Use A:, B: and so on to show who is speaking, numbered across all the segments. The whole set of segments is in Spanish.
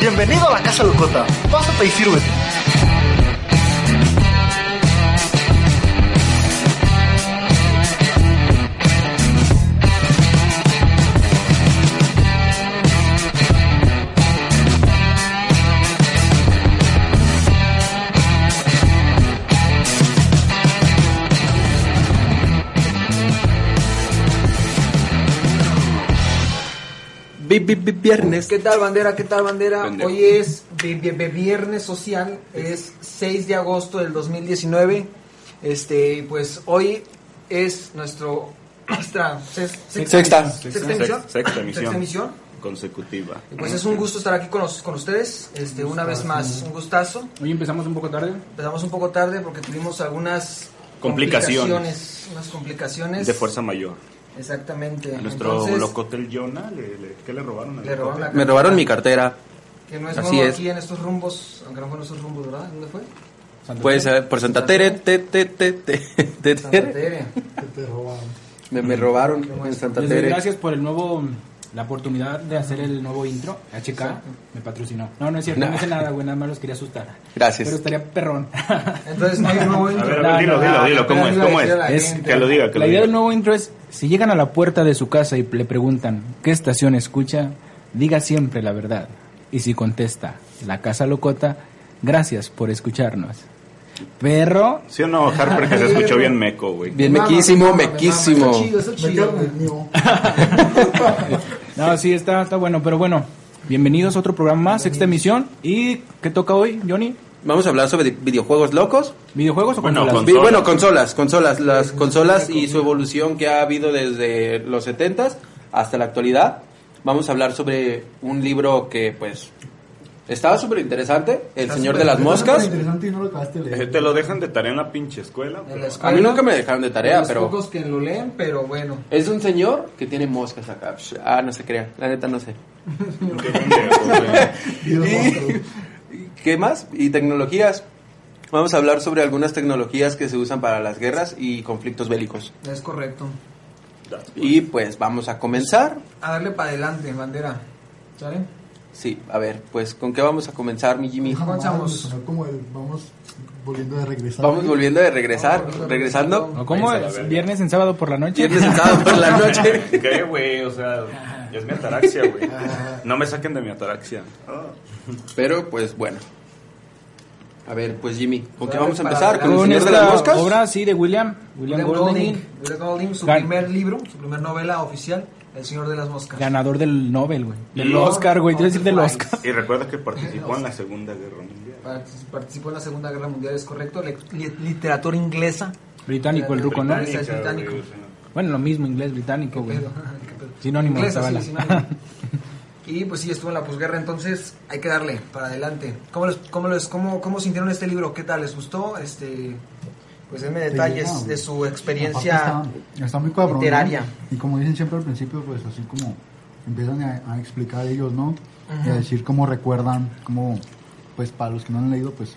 A: Bienvenido a la Casa Locota. Pásate y sírvete.
B: Vi- vi- vi- Viernes.
C: ¿Qué tal bandera? ¿Qué tal bandera?
D: Pendejo.
C: Hoy es vi- vi- vi- viernes social, es 6 de agosto del 2019. Este, pues hoy es nuestro nuestra ses- sexta,
B: Sexta.
C: sexta emisión.
D: Sex- sexta emisión.
C: Sexta emisión.
D: consecutiva.
C: Y Pues es un gusto estar aquí con, los- con ustedes, este, una vez más, un gustazo.
E: Hoy empezamos un poco tarde.
C: Empezamos un poco tarde porque tuvimos algunas
D: Complicaciones.
C: complicaciones, unas complicaciones
D: De fuerza mayor.
C: Exactamente.
D: A nuestro
C: Entonces,
D: locotel Jonah, le, le- ¿qué le robaron? al
C: le robaron la
D: locotel?
B: Me robaron mi cartera.
C: que no es
B: Así
C: nuevo
B: es.
C: aquí en estos rumbos, aunque no fueron estos rumbos, ¿verdad? ¿Dónde fue?
E: Santa
B: Pues eh, por Santa Tere, te, te, te, te, te,
C: Santa
B: te-
C: Tere.
B: me, me robaron en Santa
E: Les doy
B: Tere.
E: gracias por el nuevo la oportunidad de hacer el nuevo intro. HK me patrocinó. No, no es cierto, no, hice nada, güey, nada más los quería asustar.
B: Gracias.
E: Pero estaría perrón.
C: Entonces no hay nuevo
D: A
C: intro.
D: ver, a
E: No,
D: ver, dilo,
E: no,
D: dilo,
E: no,
D: dilo,
C: no,
D: ¿cómo
C: no,
D: es?
C: no,
D: ¿Cómo
C: no, no,
D: es?
C: no, no,
D: Que lo diga, que lo
E: la idea del
D: diga.
E: nuevo intro es si llegan a la puerta de su casa y le preguntan qué estación escucha, diga siempre la verdad. Y si contesta La Casa Locota, gracias por escucharnos. Perro,
D: ¿Sí o no, Harper, que se escuchó bien meco, güey?
B: Bien
C: Mama,
B: mequísimo,
C: mama,
B: mequísimo.
C: mama, Eso es chido, eso es chido.
E: No, sí, está, está bueno, pero bueno. Bienvenidos a otro programa más, sexta emisión. ¿Y qué toca hoy, Johnny?
B: Vamos a hablar sobre videojuegos locos.
E: ¿Videojuegos o
D: Bueno,
E: consolas?
D: con-
B: Vi-
D: Consolas.
B: bueno, consolas, consolas, las consolas y su evolución que ha habido desde los 70s hasta la actualidad. Vamos a hablar sobre un libro que pues estaba súper interesante, El Señor de las Moscas.
F: Interesante y no lo acabaste de leer.
D: Eh, Te lo dejan de tarea en la pinche escuela.
C: En la
D: pero-
B: A mí nunca me dejaron de tarea,
C: Los
B: pero
C: pocos que lo leen, pero bueno.
B: es un señor que tiene moscas acá. Ah, no se crea, la neta no sé.
D: Qué pendejo, güey.
F: Y los monstruos.
B: ¿Qué más? Y tecnologías. Vamos a hablar sobre algunas tecnologías que se usan para las guerras y conflictos bélicos.
C: Es correcto.
B: Y pues vamos a comenzar.
C: A darle para adelante, bandera. ¿Sale?
B: Sí, a ver, pues ¿con qué vamos a comenzar, mi Jimmy?
C: Ajá. Avanzamos.
F: Sonó como el- vamos volviendo de regresar.
B: Vamos volviendo de regresar, regresando.
E: ¿O ¿Cómo
D: Ahí está la
E: es?
D: verga.
E: ¿Viernes en sábado por la noche?
B: Viernes en sábado por la noche.
D: ¿Qué, güey? O sea, es mi ataraxia, güey. No me saquen de mi ataraxia.
B: Pero pues bueno. A ver, pues Jimmy, ¿con qué
C: Dale
B: vamos a
C: para
B: empezar? ¿Con el
C: adelante.
E: Con
B: señor de las
E: esta
B: moscas?
E: obra, sí, de William. William
C: William
E: Golding,
C: Golding, William Golding, su
E: Gan-
C: primer libro, su primer novela oficial, El Señor de las Moscas.
E: ganador del Nobel, güey. Del
D: Y-
E: Oscar, güey. Quiero decir del
C: Prize.
E: Oscar.
D: Y recuerda que participó en la Segunda Guerra Mundial.
C: Partic- Participó en la Segunda Guerra Mundial, es correcto. Le- li- literatura inglesa.
E: Británico, el ruco, ¿no?
C: Británico. es
D: Británica, güey,
C: británico.
D: o sea.
E: Bueno, lo mismo, inglés, británico,
F: Pues,
C: Pero,
E: güey.
C: qué pedo.
E: Sinónimo de
C: Inglesa, sí,
E: Zavala.
C: sinónimo. Y pues sí, estuvo en la posguerra, entonces hay que darle para adelante. ¿Cómo, les, cómo, les- cómo, cómo sintieron este libro? ¿Qué tal? ¿Les gustó? Este, pues denme detalles de su experiencia.
F: Aparte está, está muy cabrón, ¿no?
C: literaria.
F: Y como dicen siempre al principio, pues así como empiezan a, a explicar ellos, ¿no? Y a decir cómo recuerdan, cómo, pues para los que no han leído, pues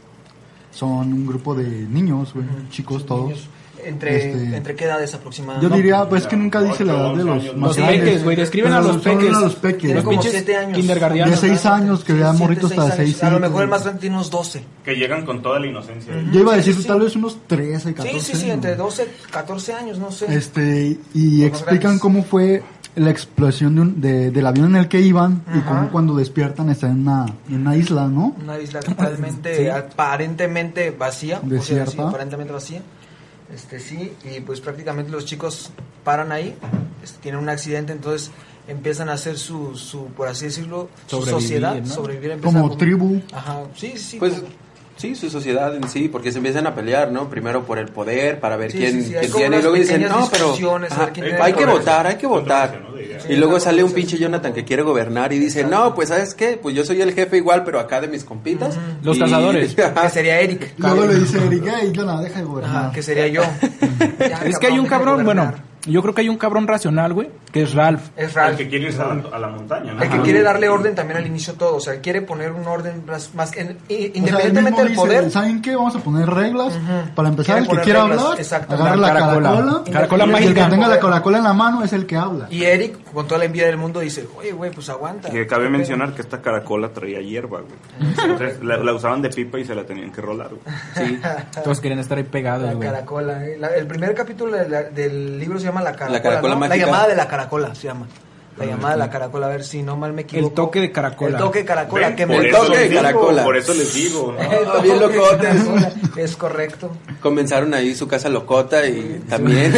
F: son un grupo de niños, güey, chicos todos.
C: ¿Entre,
F: Este-
C: entre qué edades aproximadamente?
F: Yo diría, pues que nunca dice la edad de los
D: Los
F: más
E: Los
F: grandes.
E: peques, güey. Describen a
F: Pero
E: los
F: son
E: peques.
F: a los peques.
C: Tiene
E: Los
F: ¿no?
C: como
E: pinches
C: siete años.
F: De
E: kindergartenos.
F: seis años, que vean
C: Siete,
F: morritos
C: seis
F: hasta
C: años.
F: seis.
C: A lo
F: siete,
C: mejor el
F: güey.
C: más grande tiene unos 12.
D: Que llegan con toda la inocencia.
F: Yo iba a decir
C: Sí, sí,
F: tal
C: sí.
F: vez unos 13, 14.
C: sí, sí, sí,
F: ¿no?
C: entre 12, 14 años, no sé.
F: Este, y
C: Los
F: explican
C: grandes.
F: cómo fue la explosión de un- de- del avión en el que iban y
C: Ajá.
F: cómo cuando despiertan están en una, en una isla, ¿no?
C: Una isla totalmente, aparentemente vacía. por si
F: Desierta.
C: decir, aparentemente vacía. Este, sí, y pues prácticamente los chicos paran ahí, este, tienen un accidente, entonces empiezan a hacer su, su por así decirlo, su
E: Sobrevivir,
C: sociedad,
E: ¿no?
C: sobrevivir. empiezan
F: Como
C: a-
F: tribu.
C: Ajá, sí, sí.
B: Pues
C: como-
B: sí, su sociedad en sí, porque se empiezan a pelear, ¿no? Primero por el poder, para ver
C: Sí,
B: quién,
C: sí, sí, hay
B: quién
C: como
B: tiene", y
C: unas
B: luego dicen,
C: pequeñas
B: no, pero
C: discusiones, a
B: ajá,
C: ver quién
B: hay
C: tiene la
B: que
C: controversia.
B: votar, hay que votar.
D: Controversia, ¿no? De ideas.
B: Y luego sale un pinche Jonathan que quiere gobernar y dice, no, pues ¿sabes qué? Pues yo soy el jefe igual, pero acá de mis compitas.
E: Los
B: Y-
E: cazadores.
C: que sería Eric.
F: Luego le dice Eric, hey, Jonah, deja de gobernar.
C: Ajá, que sería yo. Ya,
E: Es que hay
C: deja
E: un
C: de
E: cabrón, bueno,
C: gobernar.
E: yo creo que hay un cabrón racional, güey, que es Ralph.
C: Es
D: El
C: Ralph.
D: que quiere irse a la, a la montaña, ¿no?
C: El que
D: Ajá.
C: quiere darle orden también al inicio todo, o sea, quiere poner un orden más, más que- in-
F: O
C: independientemente
F: sea, él
C: del
F: mismo
C: poder.
F: dice, ¿Saben qué? Vamos a poner reglas.
C: Ujú.
F: Para empezar,
C: Quiere
F: el que
C: poner
F: quiera
C: reglas,
F: hablar,
C: exacto.
F: agarra la
E: Caracola.
F: caracola.
E: Caracola
F: y el que
E: mágica.
F: tenga la caracola en la mano es el que habla.
C: Y Eric, con toda la envidia del mundo, dice, oye, güey, pues aguanta.
D: Que cabe mencionar que esta caracola traía hierba, güey. Entonces, la, la usaban de pipa y se la tenían que rolar, güey.
E: Sí. Todos querían estar ahí pegados,
C: La
E: güey.
C: caracola. eh. La- el primer capítulo de la- del libro se llama La caracola.
B: caracola
C: ¿no?
B: mágica.
C: La llamada de la caracola se llama. La llamada de la caracola, a ver si no mal me equivoco.
E: Ah, El toque de
C: El
E: caracola.
C: toque de caracola
D: Ven,
C: que
D: por
C: me
D: eso
B: toque
D: les digo,
B: caracola.
D: Por eso les digo, ¿no?
C: El toque
B: bien
C: de
B: locotes.
C: caracola, Es correcto.
B: Comenzaron ahí su casa locota y también.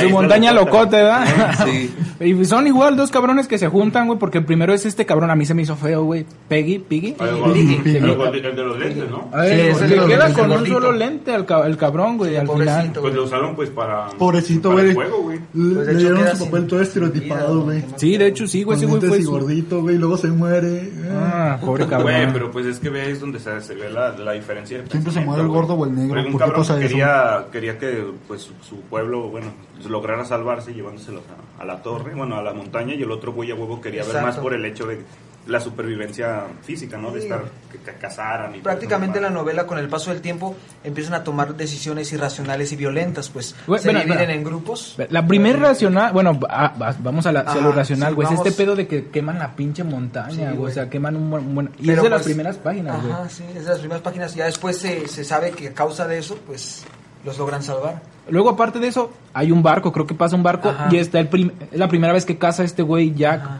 E: Su montaña locote, ¿verdad?
B: Sí.
E: Y son igual dos cabrones que se juntan, güey, porque el primero es este cabrón, a mí se me hizo feo, güey. Peggy, Piggy.
D: Algo-
F: Piggy.
D: algo de de los lentes, ¿no?
E: Ay,
F: Sí,
E: se
F: ese
E: le
F: es el
E: queda
F: gordito,
E: con un
C: gordito.
E: solo lente al cab- el cabrón, güey, al final.
C: Pobrecito.
D: Pues lo
C: güey.
D: usaron pues para,
F: Pobrecito,
D: para
F: güey.
D: el juego, güey.
F: Le,
C: Pues, de hecho,
F: le dieron
C: queda
F: su
C: sin
F: papel todo
C: vida,
F: estereotipado,
C: güey.
F: güey.
E: Sí, de hecho sí, güey, ese
F: Con
E: güey
F: lentes
E: fue
F: y
E: su-
F: gordito, güey, luego se muere.
E: Ah, pobre cabrón.
D: Güey, pero pues es que ves donde se, se ve la, la diferencia. de
F: Siempre se
D: pensamiento,
F: muere el
D: güey.
F: gordo o el negro,
D: Güey, Un
F: ¿por qué
D: cabrón
F: pasa
D: que
F: eso?
D: quería, quería que pues, su, su pueblo, bueno, lograra salvarse llevándoselos a, a la torre, bueno, a la montaña, y el otro güey a huevo quería ver
C: Exacto.
D: más por el hecho de la supervivencia física, ¿no? De
C: Sí.
D: estar, que, que cazaran y todo
C: Prácticamente
D: eso,
C: la
D: ¿no?
C: novela, con el paso del tiempo, empiezan a tomar decisiones irracionales y violentas, pues.
E: Güey,
C: se
E: espera,
C: dividen
E: espera.
C: en grupos.
E: La primera racional, bueno, a- a- vamos a, la, hacia lo
C: Ajá,
E: racional,
C: sí,
E: güey. es
C: vamos.
E: este pedo de que queman la pinche montaña,
C: Sí,
E: güey.
C: güey.
E: o sea, queman un buen. un buen- y
C: Pero,
E: es de las
C: pues,
E: primeras páginas, güey.
C: Ajá, sí, es de las primeras páginas. Ya después se, se sabe que a causa de eso, pues, los logran salvar.
E: Luego, aparte de eso, hay un barco, creo que pasa un barco
C: Ajá.
E: y está el prim- es la primera vez que caza este güey Jack.
C: Ajá.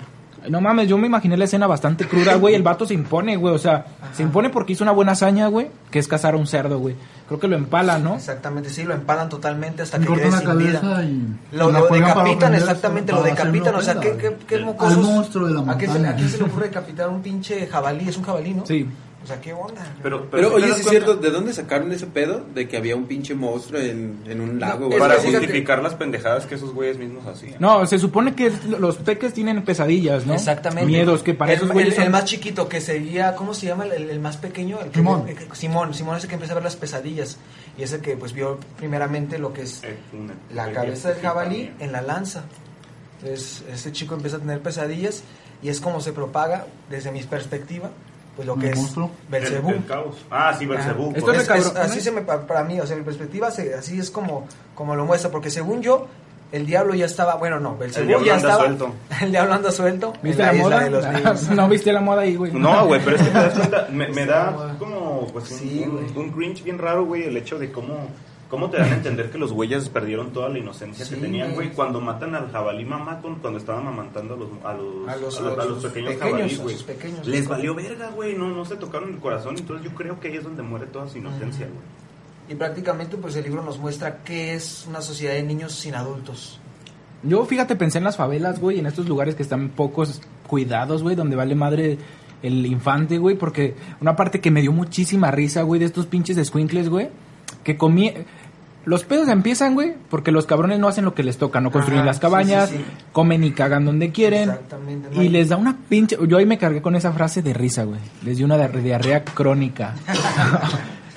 E: No mames, yo me imaginé la escena bastante cruda, güey. El vato se impone, güey. O sea, se impone porque hizo una buena hazaña, güey, que es cazar a un cerdo, güey. Creo que lo empala, ¿no?
C: Exactamente, sí, lo empalan totalmente hasta
F: Le
C: que quede
F: cortan la
C: sin vida.
F: cabeza y
C: Lo,
F: la
C: lo
F: cuelgan para
C: decapitan,
F: ofender-
C: exactamente, lo
F: para hacer
C: decapitan. O
F: una
C: sea, ¿qué,
F: ofrenda,
C: qué, qué
D: Al
C: mocosos?
F: monstruo de la
C: ¿A qué, se, le- a
F: montaña.
C: quién se le ocurre decapitar un pinche jabalí? Es un jabalí, ¿no?
E: Sí.
C: O sea, ¿qué onda?
D: Pero,
B: Pero
D: ¿te
B: oye,
D: das
B: sí es
D: cuenta?
B: cierto, ¿de dónde sacaron ese pedo de que había un pinche monstruo en, en un lago? güey?
C: Es
D: Para
C: que fíjate-
D: justificar las pendejadas que esos güeyes mismos hacían.
E: No, se supone que es- los peques tienen pesadillas, ¿no?
C: Exactamente.
E: Miedos que para
C: el,
E: esos güeyes
C: el- el
E: son-
C: más chiquito que sería, ¿cómo se llama? El, el- el más pequeño. El que-
F: Simón.
C: el que- Simón, Simón es el que empieza a ver las pesadillas. Y es el que pues vio primeramente lo que es
D: Eh, una-
C: la
D: una-
C: cabeza del
D: una-
C: jabalí en la lanza. Entonces, este chico empieza a tener pesadillas y es como se propaga, desde mi perspectiva, pues lo que
F: ¿El
C: es
F: monstruo?
C: Belcebú.
D: El, el caos. Ah, sí, Belcebú.
E: Esto
D: güey.
E: es- cabrón, ¿eh? ¿no?
C: así se me, pa- para mí, o sea, mi perspectiva, se- así es como, como lo muestra, porque según yo, el diablo ya estaba, bueno, no,
D: El
C: Belcebú
D: diablo
C: ya
D: anda
C: estaba,
D: suelto.
C: el diablo anda suelto,
E: ¿Viste
C: en
E: la,
C: la isla de los
E: moda? Ah.
C: niños.
E: no viste la moda ahí, güey.
D: No, güey, pero es que te das cuenta, me, me da como pues, un-
C: Sí,
D: un,
C: güey.
D: un cringe bien raro, güey, el hecho de cómo, cómo te dan a entender que los güeyes perdieron toda la inocencia
C: Sí,
D: que tenían,
C: güey.
D: güey, cuando matan al jabalí mamá, con- cuando estaban amamantando a los, a los,
C: A los-
D: a los-
C: a
D: a
C: los
D: los pequeños,
C: pequeños,
D: jabalí,
C: a
D: güey.
C: sus pequeños.
D: Les valió verga, güey, no, no se tocaron el corazón, entonces yo creo que ahí es donde muere toda su inocencia, güey.
C: Y prácticamente, pues el libro nos muestra qué es una sociedad de niños sin adultos.
E: Yo, fíjate, pensé en las favelas, güey, en estos lugares que están pocos cuidados, güey, donde vale madre el infante, güey, porque una parte que me dio muchísima risa, güey, de estos pinches escuincles, güey, que comí... Los pedos empiezan, güey, porque los cabrones no hacen lo que les toca, no construyen
C: Ajá,
E: las
C: sí,
E: cabañas,
C: sí, sí.
E: comen y cagan donde quieren.
C: Exactamente, no
E: Y
C: hay-
E: les da una pinche... Yo ahí me cargué con esa frase de risa, güey. Les di una diar- diarrea crónica.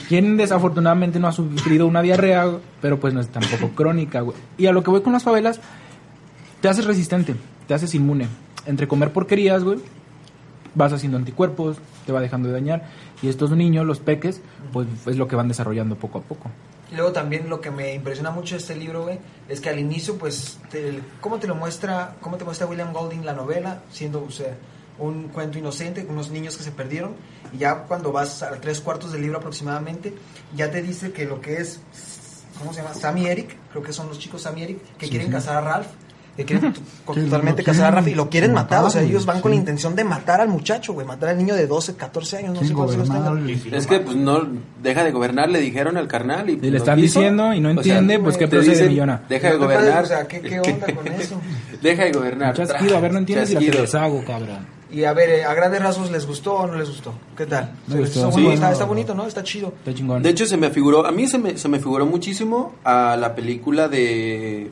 E: Quien desafortunadamente no ha sufrido una diarrea, güey, pero pues no es tampoco crónica, güey. Y a lo que voy con las favelas, te haces resistente, te haces inmune. Entre comer porquerías, güey, vas haciendo anticuerpos, te va dejando de dañar. Y estos niños, los peques, pues es lo que van desarrollando poco a poco.
C: Y luego también lo que me impresiona mucho de este libro, güey, es que al inicio, pues, te- cómo te lo muestra, cómo te muestra William Golding la novela, siendo, o sea, un cuento inocente, con unos niños que se perdieron, y ya cuando vas a tres cuartos del libro aproximadamente, ya te dice que lo que es, ¿cómo se llama? Sam y Eric, creo que son los chicos Sam y Eric, que quieren casar a Ralph, que quieren t-
F: lo
C: totalmente
F: quieren
C: casar a Ralph y lo quieren matar,
F: matar,
C: o sea, ellos van con la
F: sí.
C: intención de matar al muchacho, güey, matar al niño de 12, 14 años, no sé
F: Sin
C: cuántos años
F: gobernar.
E: Mm.
C: tenga.
D: Y si lo
B: Es que
D: matan.
B: pues no deja de gobernar, le dijeron al carnal y,
E: Y
B: pues,
E: le
B: no
E: están
B: quiso.
E: diciendo y no
B: O sea,
E: entiende, pues qué
B: te
E: procede,
B: dicen,
E: millona.
B: Deja de
C: No te puedes,
B: gobernar.
C: o sea, ¿qué- qué onda con eso?
B: Deja de gobernar.
E: Chasquido, a ver, no entiendes y la te
B: Chasquido.
E: deshago, cabrón.
C: Y a ver, eh, a grandes rasgos, ¿les gustó o no les gustó? ¿Qué tal?
E: Me
C: ¿Se les
E: gustó.
C: hizo
E: Sí.
C: bueno? Está, está bonito, ¿no? Está chido.
E: Está chingón.
B: De hecho, se me figuró, a mí se me, se me figuró muchísimo a la película de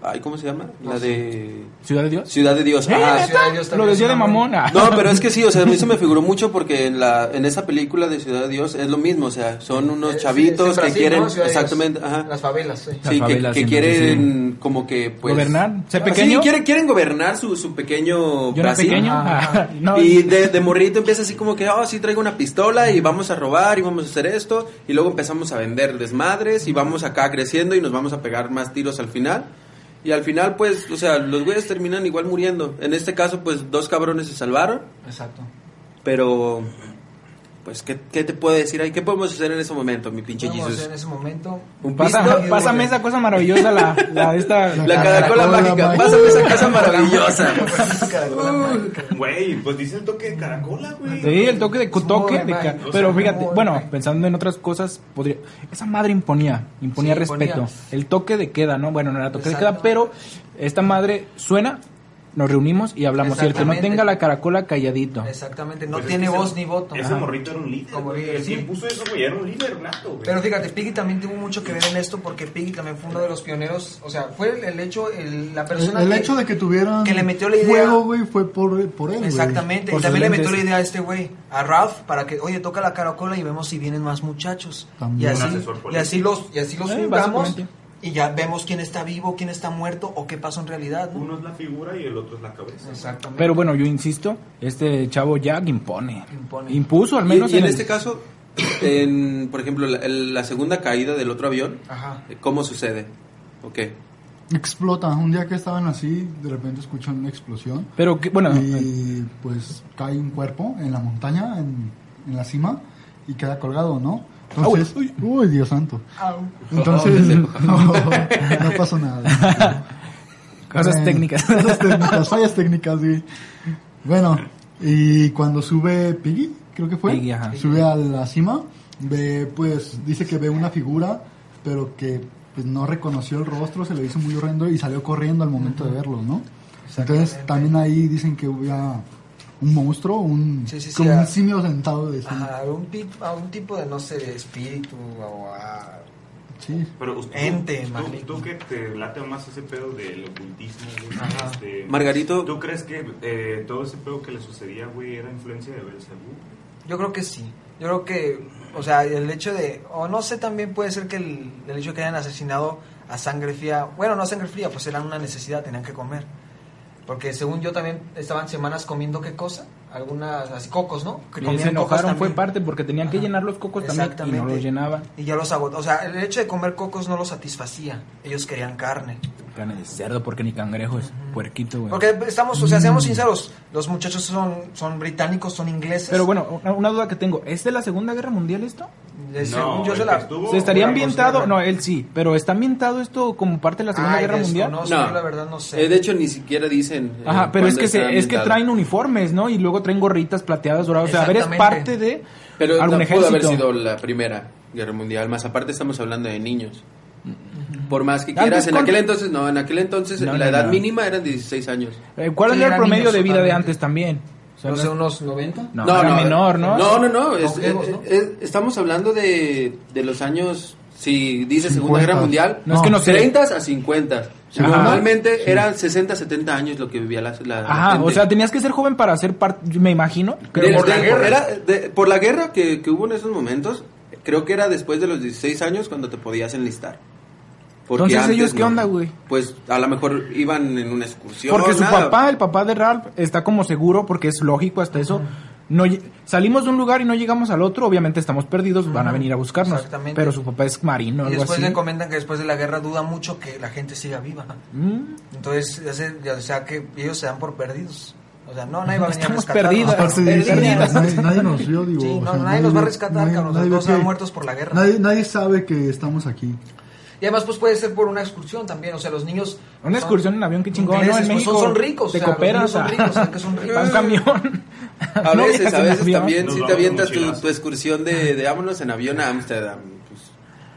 B: Ay, ¿cómo se llama? La de
E: ¿Ciudad de Dios? ¿Eh,
B: Ciudad de Dios. Ajá.
C: Ciudad de Dios
E: Lo
C: también es
E: decía de
C: una muy-
E: mamona.
B: No, pero es que sí, o sea, a mí se me figuró mucho porque en la en esa película de Ciudad de Dios es lo mismo, o sea, son unos
C: Sí,
B: chavitos
C: Eh, en Brasil,
B: que quieren
C: ¿no? Ciudad de Dios.
B: exactamente, ajá.
C: Las favelas, sí.
E: Las
B: Sí, que,
E: favelas
B: que
E: siempre,
B: quieren como que pues
E: Gobernar, ser
B: Ah,
E: pequeño.
B: Sí, quieren quieren gobernar su, su pequeño
E: Yo era
B: Brasil.
E: pequeño.
C: Ajá.
E: Ah, no.
B: y de, de morrito empieza así como que, oh, sí, traigo una pistola y vamos a robar y vamos a hacer esto. Y luego empezamos a vender desmadres y vamos acá creciendo y nos vamos a pegar más tiros al final. Y al final, pues, o sea, los güeyes terminan igual muriendo. En este caso, pues, dos cabrones se salvaron,
C: Exacto.
B: pero, pues, ¿qué, qué te puedo decir ahí? ¿Qué podemos hacer en ese momento, mi pinche
C: Vamos
B: Jesus?
C: en ese momento.
B: Un
E: Pasa-
B: pisto?
C: ¿Listo?
E: pásame esa cosa maravillosa, la, la esta.
B: La caracola
F: Caracola
B: mágica,
F: mágica.
B: pásame esa casa maravillosa.
C: Caracola mágica.
D: Güey, pues dice el toque de caracola, güey.
E: Sí, el toque de
C: eh,
E: toque de ca-
C: mágico,
E: pero
C: sí,
E: fíjate,
C: muy
E: bueno,
C: mágico.
E: pensando en otras cosas, podría esa madre imponía, imponía
C: Sí, imponía.
E: respeto. El toque de queda, ¿no? Bueno, no era toque de queda,
C: Exacto.
E: pero esta madre suena, nos reunimos y hablamos. Y el que no
C: Exactamente.
E: tenga la caracola calladito.
C: Exactamente, no
D: Pues es
C: tiene
D: que ese-
C: voz ni voto.
D: Ese
C: Ajá.
D: morrito era un líder.
C: Como
D: güey.
C: líder,
D: El
C: sí.
D: que puso eso, güey, era un líder nato, güey.
C: Pero fíjate, Piggy también tuvo mucho que ver en esto porque Piggy también fue uno de los pioneros, o sea, fue el, el hecho, el- la
F: El,
C: persona
F: el
C: que-
F: hecho de que tuvieran
C: que le metió la idea.
F: juego, güey, fue por, por él, güey.
C: Exactamente,
E: Por
C: y también le
E: sus
C: metió la
E: lentes.
C: idea a este güey, a Ralph, para que, oye, toca la caracola y vemos si vienen más muchachos.
F: También.
C: Y
D: Un
C: así,
D: asesor
C: y
D: político.
C: así los, y así los
E: Eh,
C: juntamos
E: básicamente.
C: y ya vemos quién está vivo, quién está muerto o qué pasó en realidad. ¿no?
D: Uno es la figura y el otro es la cabeza.
C: Exactamente.
E: Pero bueno, yo insisto, este chavo Jack impone.
C: Impone.
E: Impuso al
B: Y-
E: menos
B: y, en
E: el-
B: este caso, en, por ejemplo, la, el- la segunda caída del otro avión, eh,
C: Ajá.
B: ¿cómo sucede? Ok.
F: Explota. Un día que estaban así, de repente escuchan una explosión.
E: Pero que- bueno,
C: eh.
F: y pues cae un cuerpo en la montaña, en, en la cima, y queda colgado, ¿no? Entonces, uy, Dios santo. Entonces, no, no pasó nada.
E: cosas
F: Eh,
E: técnicas.
F: Cosas técnicas, fallas técnicas, sí. Bueno, y cuando sube Piggy, creo que fue,
E: Piggy, ajá.
F: sube a la cima, ve, pues, dice que ve una figura, pero que pues, no reconoció el rostro, se le hizo muy horrendo y salió corriendo al momento de verlo, ¿no? Entonces, también ahí dicen que hubiera un monstruo, un,
C: Sí, sí, sí,
F: como
C: ah.
F: un simio sentado de cima.
C: Ajá, un tip- a un tipo de, no sé, de espíritu o a...
F: Sí.
D: Pero usted,
C: Ente,
D: tú-
C: maligno.
D: tú, que te late más ese pedo del ocultismo, güey,
C: Ajá.
D: este,
B: Margarito.
D: ¿Tú crees que eh, todo ese pedo que le sucedía, güey, era influencia de Belcebú?
C: Yo creo que sí. Yo creo que, o sea, el hecho de, o no sé, también puede ser que el, el hecho de que hayan asesinado a sangre fría, bueno, no a sangre fría, pues era una necesidad, tenían que comer. Porque según yo también estaban semanas comiendo qué cosa, algunas, así cocos, ¿no? Que
E: Y
C: comían
E: se enojaron,
C: cocos
E: fue
C: también.
E: parte porque tenían que
C: Ajá.
E: llenar los cocos también y no
C: Exactamente.
E: los llenaban.
C: Y ya los agotó, o sea, el hecho de comer cocos no los satisfacía, ellos querían carne.
E: Carne de cerdo porque ni cangrejos, puerquito, güey.
C: Porque estamos, o sea,
E: Mm.
C: seamos sinceros, los muchachos son, son británicos, son ingleses.
E: Pero bueno, una- una duda que tengo, ¿es de la Segunda Guerra Mundial esto?
C: Eh, según
D: No,
C: yo
D: el
C: se
D: que
C: la...
D: estuvo-
B: Uh,
E: ¿Se estaría
D: Bueno,
E: ambientado?
D: considera-
E: No, él sí, pero ¿está ambientado esto como parte de la Segunda
C: Ay,
E: Guerra Mundial?
C: desconozco,
B: No.
C: yo la verdad no sé.
B: Eh, de hecho, ni siquiera dicen. eh,
E: Ajá, pero es
B: cuándo
E: que, se-
B: está
E: es que
B: ambientado.
E: traen uniformes, ¿no? Y luego traen gorritas plateadas doradas. O sea, a ver, es
C: Exactamente.
E: parte de
B: Pero
E: algún
B: no
E: ejército.
B: pudo haber sido la primera guerra mundial, más aparte estamos hablando de niños. Por más que
E: Mm. Antes
B: quieras, en
E: con-
B: aquel entonces, no, en aquel entonces
E: No,
B: la
E: no,
B: edad
E: no.
B: mínima eran 16 años.
E: Eh, ¿Cuál
C: Sí,
E: era el
C: eran
E: promedio
C: niños
E: de vida de
C: totalmente. Pues
E: antes también? O sea,
C: no
E: no
C: sé,
E: es-
C: unos 90.
E: No, era menor, ¿no?
B: No, no, no. es-
C: Longevos, ¿no?
B: eh, eh, estamos hablando de, de los años, si dice Segunda
F: 50.
B: Guerra Mundial,
E: No, es que no sé.
B: 30 a 50.
E: Ajá.
B: Normalmente eran 60, 70 años lo que vivía la, la- la
E: Ajá,
B: gente.
E: o sea, tenías que ser joven para ser parte, me imagino.
B: De- de-
E: Pero
B: por,
E: por-
B: la guerra. de- por la guerra que, que hubo en esos momentos, creo que era después de los 16 años cuando te podías enlistar.
E: Entonces,
B: antes
E: ¿ellos qué onda, güey?
B: Pues a lo mejor iban en una excursión.
E: porque su
B: nada.
E: papá, el papá de Ralph, está como seguro porque es lógico hasta eso. No, lle- salimos de un lugar y no llegamos al otro, obviamente estamos perdidos, van a venir a buscarnos.
C: Exactamente.
E: Pero su papá es marino,
C: y
E: algo
C: después
E: así.
C: le comentan que después de la guerra duda mucho que la gente siga viva.
E: Mm.
C: Entonces, ya se- ya- o sea, que ellos se dan por perdidos. O sea, no, nadie va a venir
E: Estamos
C: a rescatarnos.
E: perdidos. Ah,
F: Aparte
E: Perdidas.
F: dicen, nadie, nadie nos vio, digo.
C: Sí,
F: o
C: no,
F: sea,
C: nadie nos va a rescatar,
F: nadie-
C: cabrón. o sea,
F: nadie ve
C: todos se van
F: que-
C: muertos por la guerra.
F: Nadie, nadie sabe que estamos aquí.
C: Y además, pues puede ser por una excursión también. O sea, los niños.
E: Una excursión en avión, qué chingón, ¿no? En
C: ingleses, pues,
E: México
C: son, son ricos.
E: te ah.
C: o sea, los
E: cooperan,
C: niños
E: o
C: son
E: sea.
C: ricos, o sea, que son ricos.
E: Para un camión.
B: A
E: No
B: veces,
E: viajas
B: a
E: en
B: veces
E: avión.
B: también
D: Nos
B: si te
D: vamos
B: avientas tu,
D: mochilazo.
B: tu excursión de, de vámonos en avión a Ámsterdam. pues,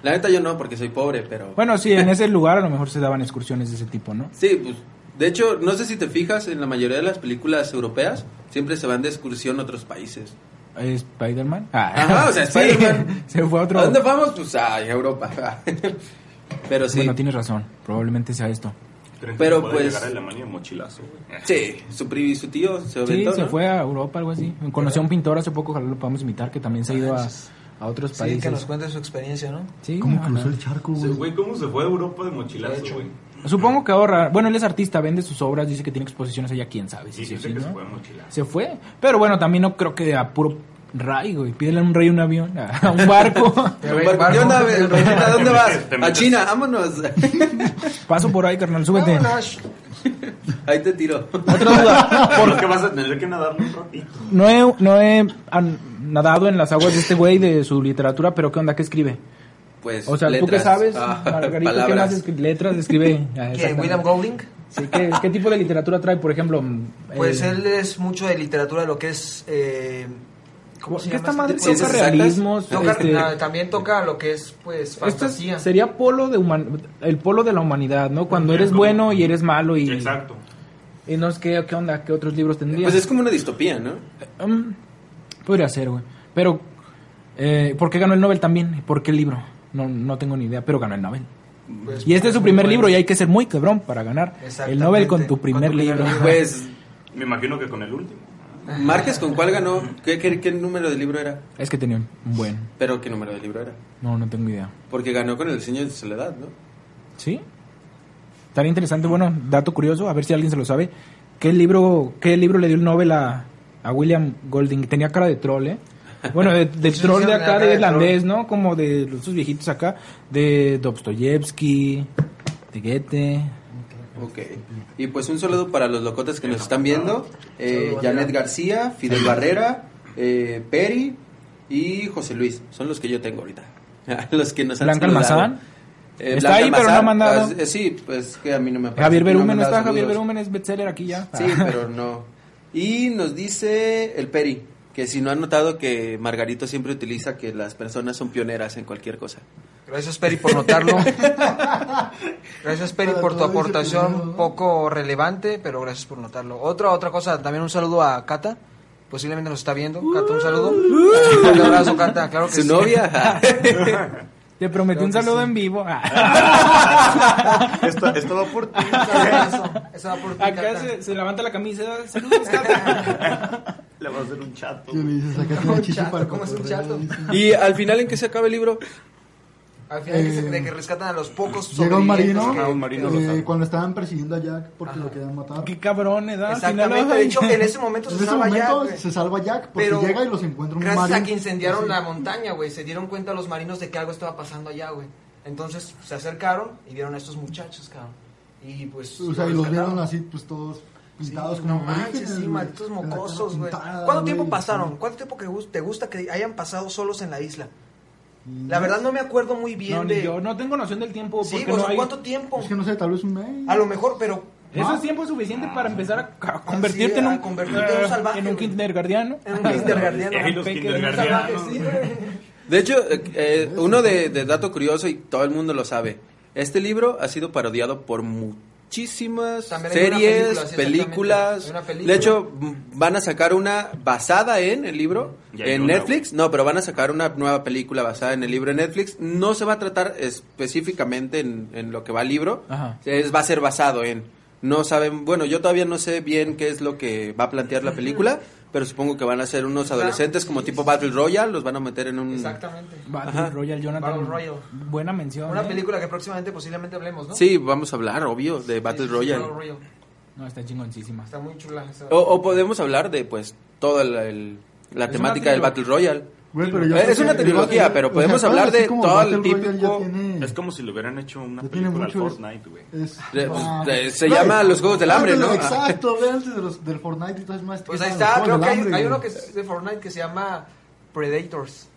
B: la neta yo no, porque soy pobre, pero...
E: Bueno, sí, en ese lugar a lo mejor se daban excursiones de ese tipo, ¿no?
B: Sí, pues... De hecho, no sé si te fijas, en la mayoría de las películas europeas siempre se van de excursión a otros países.
E: Eh, Spider-Man. Ah.
B: Ajá, o sea,
E: Sí,
B: Spider-Man.
E: se fue a otro.
B: ¿A dónde vamos? Pues a Europa. Pero sí.
E: Bueno, tienes razón, probablemente sea esto.
D: ¿Creen que
B: Pero,
D: puede
B: pues-
D: llegar a Alemania mochilazo, güey?
B: Sí, su pri- su tío se
E: Sí,
B: aventó,
E: se
B: ¿no?
E: fue a Europa, algo así. Conoció a un pintor hace poco, ojalá lo podamos imitar, que también se ha ido a, a otros
C: Sí, que nos
E: países.
C: cuente su experiencia, ¿no?
E: Sí,
F: ¿Cómo
E: ajá.
F: cruzó el charco,
D: Sí,
F: güey?
D: Güey, ¿cómo se fue a Europa de mochilazo, güey?
E: Supongo que ahorra. Bueno, él es artista, vende sus obras, dice que tiene exposiciones allá, quién sabe.
D: Sí, sí,
E: si sí,
D: sé
E: o
D: que
E: sí,
D: se
E: ¿no?
D: fue a mochilazo.
E: Se fue. Pero bueno, también no creo que a puro ray, güey. Pídele a un rey un avión, a a un barco.
C: Ya ve,
B: Bueno,
C: barco.
B: ¿qué onda, güey? Rosita? ¿A dónde
D: Te
B: vas?
D: metes- te
B: A
D: metes-
B: China, vámonos.
E: Paso por ahí, carnal, súbete.
C: Vámonos.
B: Ahí te tiró.
E: Otra duda.
D: Por lo que vas a tener que nadar un ratito.
E: No he, no he an- nadado en las aguas de este güey de su literatura, pero ¿qué onda? ¿Qué escribe?
B: Pues,
E: O sea, ¿tú qué
B: letras.
E: sabes,
B: Ah,
E: Margarita? ¿Qué más
B: palabras.
E: escri- letras escribe? Ah,
C: ¿Quién?
E: exactamente.
C: ¿William Golding?
E: Sí, ¿qué, qué tipo de literatura trae, por ejemplo?
C: Pues
E: eh,
C: él es mucho de literatura, lo que es... eh, ¿Cómo se
E: ¿Qué
C: llama?
E: esta madre
C: este?
E: toca
B: ¿Ciencias exactas?
E: realismos?
C: Toca-
E: este,
C: na- también toca lo que es, pues,
E: esto es-
C: fantasía.
E: sería polo de human- el polo de la humanidad, ¿no? Cuando eres
D: Exacto.
E: bueno y eres malo y,
D: Exacto.
E: y no es que qué onda, qué otros libros tendrías.
B: Pues es como una distopía, ¿no?
E: Mm, podría ser, güey. Pero eh, ¿por qué ganó el Nobel también? ¿Por qué libro? No, no tengo ni idea, pero ganó el Nobel.
C: Pues,
E: Y este es su
C: muy
E: primer
C: bueno.
E: libro y hay que ser muy cabrón para ganar el
C: Exactamente.
E: Nobel con tu primer
C: Con tu primer
E: libro.
C: libro.
B: Pues,
D: Me imagino que con el último.
B: Márquez, ¿con cuál ganó? ¿Qué, qué, qué número de libro era?
E: Es que tenía un buen.
B: Pero, ¿qué número de libro era?
E: No, no tengo idea.
B: Porque ganó con el diseño de soledad, ¿no?
E: ¿Sí? Estaría interesante, bueno, dato curioso, a ver si alguien se lo sabe. ¿Qué libro, qué libro le dio el Nobel a, a William Golding? Tenía cara de troll, ¿eh? Bueno, de, de
C: Sí,
E: troll
C: sí,
E: de
C: tenía
E: acá,
C: cara
E: de
C: de
E: irlandés, ¿no? Como de los- esos viejitos acá, de Dostoyevsky, de Goethe.
B: Ok. Y pues un saludo para los locotes que nos están viendo. Eh, Janet García, Fidel Barrera, eh, Peri y José Luis. Son los que yo tengo ahorita. los que nos han
E: Blanca
B: saludado.
E: Almazán.
B: Eh,
E: Está
B: Blanca
E: ahí, pero no ha
B: Almazán.
E: mandado.
B: Ah, sí, pues que a mí no me aparece.
E: Javier
B: No me ha
E: Berumen,
B: mandado
E: está Javier
B: saludos.
E: Berumen, es bestseller aquí ya.
B: Sí, pero no. Y nos dice el Peri que si no han notado que Margarito siempre utiliza que las personas son pioneras en cualquier cosa.
C: Gracias, Peri, por notarlo. gracias, Peri, por tu
F: Todo ese
C: aportación
F: primero,
C: un
F: ¿no?
C: poco relevante, pero gracias por notarlo. Otra, otra cosa, también un saludo a Cata. Posiblemente nos está viendo. Cata, un saludo.
E: Uh.
C: Un abrazo, Cata. Claro que
B: Su
C: sí.
B: novia.
E: Te prometí
C: Creo
E: un
C: que
E: saludo
C: sí.
E: en vivo.
D: Esto, esto va por ti.
C: Un abrazo. Esa va por ti,
E: acá
C: Cata.
E: se, se levanta la camisa. Saludos, Cata.
D: Le va a hacer un chato.
F: Y le dices, sácate
C: Un
F: una chichi
C: chato,
F: para
C: ¿cómo es un Ah,
F: cotorrear,
C: chato?
F: dice.
B: y al final, ¿en qué se acaba el libro?
C: Al final que se-
F: Eh,
C: de que rescatan a los pocos
F: Llega un
C: sobrevivientes
F: marino,
C: que-
D: Ah, un marino
F: eh,
D: lo salva.
F: cuando estaban persiguiendo a Jack porque lo querían matar.
E: Qué cabrón, ¿eh? Al final,
C: Exactamente. De
E: ay.
C: hecho, en ese momento
F: En
C: se eh,
F: ese
C: salva
F: momento
C: Jack, güey.
F: se salva Jack porque
C: Pero
F: llega y los encuentra un
C: gracias
F: marino.
C: a que incendiaron
F: Así.
C: la montaña, güey, se dieron cuenta los marinos de que algo estaba pasando allá, güey. Entonces se acercaron y vieron a estos muchachos, cabrón. Y pues.
F: O sea, y los
C: rescataron.
F: vieron así, pues todos
C: Sí,
F: pintados
C: no
F: como
C: manches,
F: vírgenes,
C: sí,
F: güey,
C: malditos
F: en la cara
C: mocosos, güey.
F: pintada,
C: ¿Cuánto
F: güey,
C: tiempo
F: y-
C: pasaron? ¿Cuánto tiempo que gus- te gusta que hayan pasado solos en la isla?
F: Mm,
C: La verdad no me acuerdo muy bien
E: No, ni
C: de.
E: yo no tengo noción del tiempo.
C: sí,
E: porque
C: o
E: no
C: sea,
E: hay...
C: ¿cuánto tiempo?
F: Es que no sé, tal vez un mes.
C: A lo mejor, pero.
E: Eso
F: ¿No?
E: es tiempo suficiente
C: Ah,
E: para empezar a ca- convertirte
C: Sí,
E: en
C: a
E: un,
C: convertirte en un salvaje,
E: en un
C: güey.
E: kindergardiano.
C: En un kindergarten.
D: Ey, los
E: Peque de un
D: kindergartenos.
C: Sí, güey.
B: De hecho, eh, eh, uno de, de dato curioso y todo el mundo lo sabe. Este libro ha sido parodiado por muchísimas
C: También hay una
B: series,
C: película, sí, exactamente.
B: películas.
C: Hay una película.
B: De hecho, m- van a sacar una basada en el libro
D: Ya hay
B: en
D: una,
B: Netflix. No, pero van a sacar una nueva película basada en el libro en Netflix. No se va a tratar específicamente en, en lo que va el libro.
E: Ajá.
B: Es, va a ser basado en. No saben, bueno, yo todavía no sé bien qué es lo que va a plantear la película, pero supongo que van a ser unos adolescentes como tipo Battle Royale, los van a meter en un
C: Exactamente.
E: Battle Royale, Jonathan.
C: Battle Royale.
E: Buena mención.
C: Una
E: ¿eh?
C: película que próximamente posiblemente hablemos, ¿no?
B: Sí, vamos a hablar, obvio, de Battle
C: Sí, sí,
B: Royale. Oh,
C: Battle Royale.
E: No, está chingoncísima.
C: Está muy chula. esa-
B: O, o podemos hablar de, pues, toda la, el- la
E: Es
B: temática
E: una
B: del Battle Royale.
F: Güey, pero yo
B: Es
F: creo que
B: una
F: el-
B: trilogía,
F: el-
B: pero
F: o sea,
B: podemos
F: todo
B: hablar
F: así
B: de
F: como
B: todo el
F: Battle Royale
B: típico-
F: Ya tiene,
D: Es como si le hubieran hecho una
F: Mm. ya tiene
D: película al
F: mucho. es-
D: Fortnite, güey.
F: es-
B: De-
F: ah,
B: de- se
F: güey,
B: llama Los Juegos del Hambre, ¿no?
F: Exacto, ve antes de los, del Fortnite y todo es más.
C: Pues
F: que
C: ahí
F: estaba
C: está, creo
F: los Juegos
C: que
F: del
C: hay,
F: Hambre,
C: hay uno que
F: güey.
C: es de Fortnite que se llama Predators,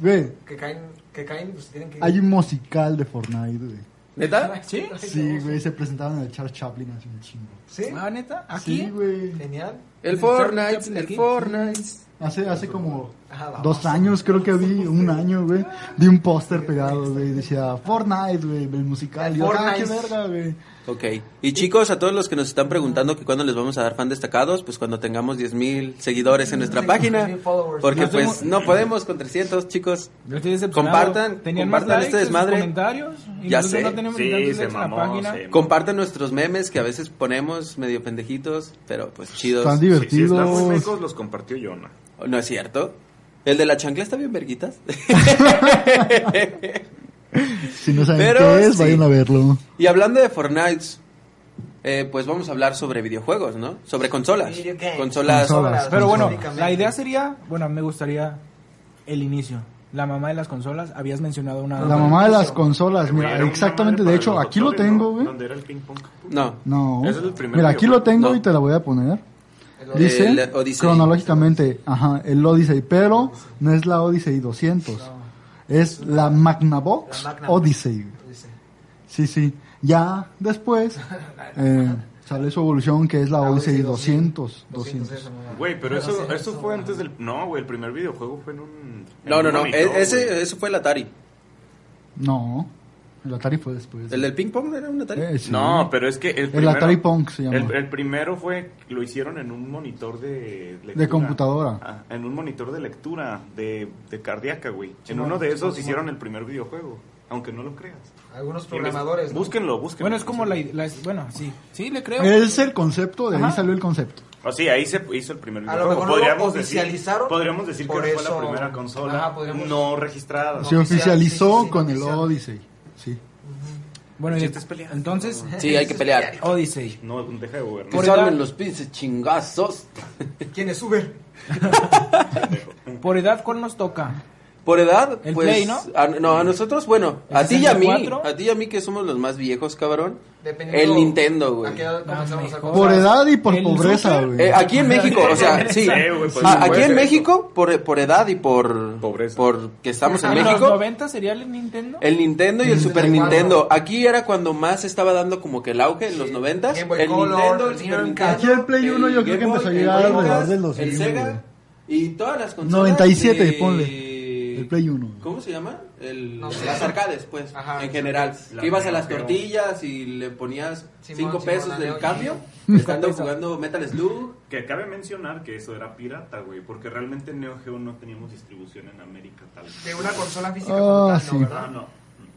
F: Güey,
C: que caen, que caen, pues tienen que...
F: hay un musical de Fortnite, güey.
B: ¿Neta?
E: ¿Sí?
F: Sí, güey, se presentaron en el Charles Chaplin hace un chingo.
C: ¿Sí?
E: Ah, neta.
F: Sí,
E: Aquí.
F: güey.
C: Genial.
B: El Fortnite, el Fortnite.
F: Hace, hace como
C: Ajá, vamos.
F: dos años, creo que vi, un año, güey, de un póster pegado, güey. Decía Fortnite, güey, el musical. Y yo, ah, qué
C: Fortnite.
F: verga, güey.
B: Ok. Y chicos, a todos los que nos están preguntando que cuándo les vamos a dar fan destacados, pues cuando tengamos 10.000 seguidores en nuestra página.
C: 10,000 followers.
B: Porque
E: Nos
B: pues
E: hemos-
B: no podemos con 300, chicos.
E: Yo estoy decepcionado.
B: Compartan-
E: Tenían
B: compartan
E: más likes
B: este
E: en sus
B: desmadre.
E: comentarios y
B: Ya
E: nosotros
B: sé.
E: no tenemos ni
D: Sí,
E: tantos
D: se
E: likes en la
D: mamó.
E: página.
D: se
C: Em.
D: mamó.
B: Compartan nuestros memes que a veces ponemos medio pendejitos, pero pues chidos.
F: Están
D: Sí, sí, están muy
F: divertidos.
D: mecos, los compartió Yona.
B: ¿No es cierto? ¿El de la chancla está bien verguitas?
F: si no saben
B: Pero
F: qué es,
B: sí.
F: vayan a verlo.
B: y hablando de Fortnite, eh, pues vamos a hablar sobre videojuegos, ¿no? Sobre consolas.
C: Video games.
B: Consolas.
F: Consolas.
E: Pero bueno,
C: Únicamente.
E: la idea sería, bueno, me gustaría el inicio. La mamá de las consolas, habías mencionado una...
F: La mamá de las consolas, mira,
D: Era una
F: exactamente,
D: madre
F: de
D: para
F: hecho,
D: los
F: aquí lo
D: doctores, ¿no?
F: tengo, güey.
D: Donde era el ping pong.
B: No.
F: No.
D: Es el primer
F: Mira, aquí lo
D: videojuego.
F: tengo
B: No.
F: y te la voy a poner. Dice
B: El Odyssey.
F: cronológicamente, ajá, el Odyssey, pero no es la Odyssey 200. Es la Magnavox
C: La Magnavox.
F: Odyssey. Sí, sí. Ya después eh, sale su evolución que es la Odyssey 200. 200.
D: Güey, pero eso, eso fue antes del... No, güey, el primer videojuego fue en un...
B: No,
D: en
B: no,
D: un
B: no.
D: monitor,
B: e-
D: güey.
B: ese, eso fue el Atari.
F: No, el Atari fue después.
B: ¿El del ping pong era un Atari?
F: Eh, sí.
D: No, pero es que el
F: El
D: primero...
F: Atari Punk se llama.
D: El, el primero fue, lo hicieron en un monitor de lectura.
F: De computadora.
D: Ah, en un monitor de lectura, de, de cardíaca, güey. En uno de esos hicieron el primer videojuego, aunque no lo creas.
C: Algunos programadores. ¿no?
D: Búsquenlo, búsquenlo.
E: Bueno, es como la, la- Bueno, sí, sí, le creo.
B: Eh.
F: Es el concepto, de ahí
E: Ajá.
F: salió el concepto.
D: Ah, sí, ahí se hizo el primer
C: A lo
D: videojuego.
C: mejor no lo
D: podríamos decir,
C: oficializaron,
D: podríamos decir que
C: por
D: fue la
C: eso-
D: primera consola
C: Ajá, podríamos-
D: no registrada.
F: Se
C: Oficial, sí,
F: oficializó
C: sí, sí,
F: con el
C: oficial.
F: Odyssey. Sí.
E: Bueno, y-
D: Sí, estás peleando.
E: entonces,
B: Sí, hay que pelear.
E: Odyssey.
D: No, deja de gobernar.
B: Que se armen los pinches chingazos.
C: ¿Quién es Uber?
E: Por edad, ¿cuál nos toca?
B: Por edad,
E: El
B: pues.
E: Play, ¿no?
B: A, no, a nosotros, bueno, a ti y a mí.
E: 64.
B: A ti y a mí que somos los más viejos, cabrón.
C: Dependiendo
B: El Nintendo, güey.
C: ¿A qué edad comenzamos a
E: mejor.
F: Por
E: sea,
F: edad y por
E: el
F: pobreza,
E: Zucker-
F: güey.
B: Eh, aquí en México, o sea, sí.
D: Sí, güey, pues,
B: Ah,
D: sí,
B: aquí
D: puede
B: en
D: ser.
B: México, por, por edad y por.
D: Pobreza.
B: Por que estamos en
E: ¿En los
B: México. Eh.
E: 90 sería el Nintendo?
B: El Nintendo y el Super
C: 64.
B: Nintendo. Aquí era cuando más estaba dando como que el auge en los
C: Sí.
B: 90.
C: Game Boy
B: El
C: Color,
B: Nintendo,
C: el
B: el Super
C: Dreamcast.
B: Nintendo.
F: Aquí el Play uno yo creo
B: Game
F: que empezó a
B: el
F: llegar
B: Game
F: alrededor
B: Boy,
F: del 2000,
B: El
F: güey.
B: Sega y todas las consolas.
F: 97,
B: de-
F: ponle. El Play uno.
B: ¿Cómo se llama? El,
C: No sé.
B: Las arcades, pues,
C: Ajá.
B: en general.
D: La
B: Que ibas a las
D: mejor.
B: tortillas y le ponías
C: Simón,
B: 5
C: Simón,
B: pesos
C: la
B: del
C: Neo
B: cambio. Estando jugando Metal Slug.
D: Que cabe mencionar que eso era pirata, güey, porque realmente en Neo Geo no teníamos distribución en América tal.
C: De una consola física.
F: Ah,
C: como tal,
F: sí.
C: ¿no,
D: Ah,
C: verdad?
D: no.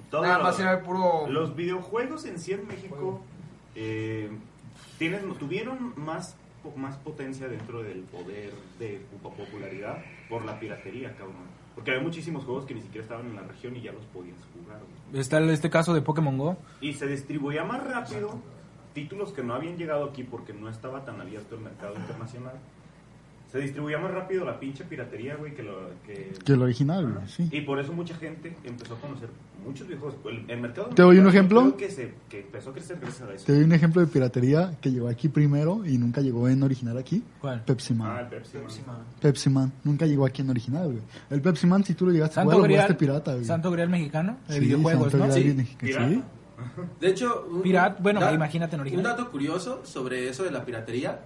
D: Todo
C: Nada
D: lo-
C: más era el puro.
D: Los videojuegos en sí en México eh, tienen- tuvieron más, po- más potencia dentro del poder de pop- popularidad por la piratería, cabrón. Porque había muchísimos juegos que ni siquiera estaban en la región y ya los podías jugar. güey.
E: Está el- este caso de Pokémon Go.
D: Y se distribuía más rápido títulos que no habían llegado aquí porque no estaba tan abierto el mercado internacional. Se distribuía más rápido la pinche piratería, güey, que lo que...
F: Que el original, güey, sí.
D: Y por eso mucha gente empezó a conocer muchos videojuegos. El, el mercado
F: ¿Te doy un
D: mexicano creo
F: ejemplo?
D: Que, se, que empezó a crecer gracias a eso.
F: Te doy un ejemplo de piratería que llegó aquí primero y nunca llegó en original aquí.
E: ¿Cuál?
F: Pepsi
D: Ah,
F: Man.
D: el Pepsi, Man.
F: Pepsi Man. Nunca llegó aquí en original, güey. El Pepsi Man, si tú lo llegaste a
E: Santo
F: jugar, lo
E: Grial.
B: este
F: jugaste pirata, güey.
E: Santo Grial mexicano. De
F: Sí,
E: videojuegos,
F: Santo
E: ¿no?
F: Grial
E: Sí.
F: viene- que
D: Pirata.
F: sí.
B: De hecho, un-
E: Pirat- bueno,
B: da-
E: imagínate en original.
B: Un dato curioso sobre eso de la piratería.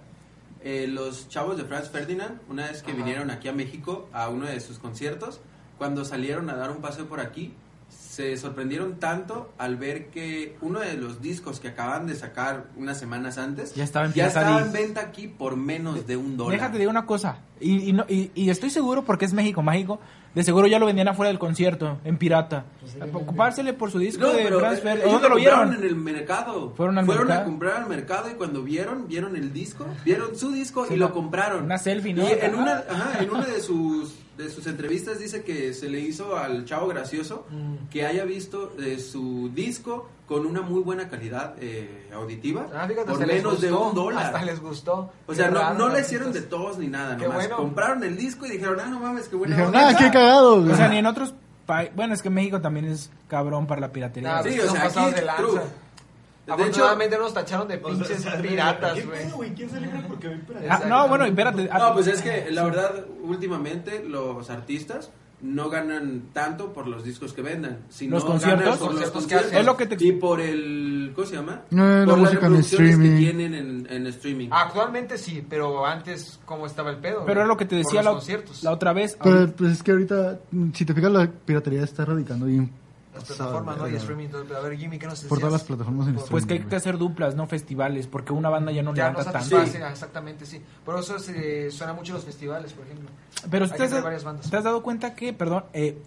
B: eh, los chavos de Franz Ferdinand, una vez que vinieron aquí a México a uno de sus conciertos, cuando salieron a dar un paseo por aquí, se sorprendieron tanto al ver que uno de los discos que acaban de sacar unas semanas antes
E: Ya estaba en pirata
B: estaba en
E: disc.
B: venta aquí por menos de un dólar.
E: Déjate de una cosa. Y, y no- y- y estoy seguro porque es México mágico. De seguro ya lo vendían afuera del concierto, en pirata. Ocupársele por su disco
B: Pues No,
E: de
B: pero
E: Franz
B: eh,
E: Ferdinand.
B: ellos
E: ¿Dónde lo
B: compraron
E: vieron?
B: en el mercado.
E: Fueron al mercado.
B: a comprar al mercado y cuando vieron, vieron el disco, vieron su disco y lo compraron.
E: una selfie, ¿no?
B: Y en
E: Ajá.
B: una, ajá, en una de sus de sus entrevistas dice que se le hizo al chavo gracioso que haya visto eh, su disco con una muy buena calidad eh, auditiva
C: Ah, fíjate,
B: por
C: hasta les
B: menos de
C: gustó,
B: un dólar.
C: Hasta les gustó.
B: O sea,
C: Qué
B: no,
C: raro,
B: no la
C: ¿no?
B: hicieron de todos ni nada,
C: Qué
B: nomás
C: bueno.
B: compraron el disco y dijeron, ah, no mames, qué buena
F: Dijeron,
B: onda".
F: ah, qué cagado, güey.
E: O sea, ni en otros países. Bueno, es que México también es cabrón para la piratería.
C: Nah,
B: Ah,
E: güey.
B: Sí,
C: Son
B: o sea,
C: pasados
B: aquí,
C: de lanza.
B: true. De hecho,
C: Afortunadamente nos tacharon de pinches piratas, güey.
D: güey? ¿Quién se libra porque hoy pirata?
E: Ah, no, bueno, espérate. Ah,
B: No, pues es que la verdad, últimamente los artistas no ganan tanto por los discos que vendan, sino
E: Los conciertos.
B: ganan por los
C: Conciertos que
B: conciertos
C: hacen.
E: Es lo que te-
B: y por el ¿cómo se llama?
F: Eh, la
B: por
F: música en
B: reproducciones
F: streaming.
B: que tienen en, en streaming.
C: Actualmente sí, pero antes, ¿cómo estaba el pedo?
E: Pero
C: güey?
E: es lo que te
C: Por
E: decía
C: los
E: la,
C: conciertos.
E: la otra vez.
F: Pero
E: ahorita-
F: pues es que ahorita, mm, si te fijas, la piratería está radicando bien
C: las plataformas, ¿no? Y
F: Saber.
C: streaming. Entonces, a ver, Jimmy, ¿qué nos decías?
F: Por todas las plataformas en
E: Pues que hay
F: streaming,
E: que hacer duplas, no festivales, porque una banda ya no
C: Ya no
E: levanta tanto.
C: satisface, ah, exactamente, sí. Por eso se suena mucho los festivales, por ejemplo.
E: Pero
C: Hay
E: si
C: que
E: te has,
C: hacer varias bandas.
E: te has dado cuenta que, perdón, eh,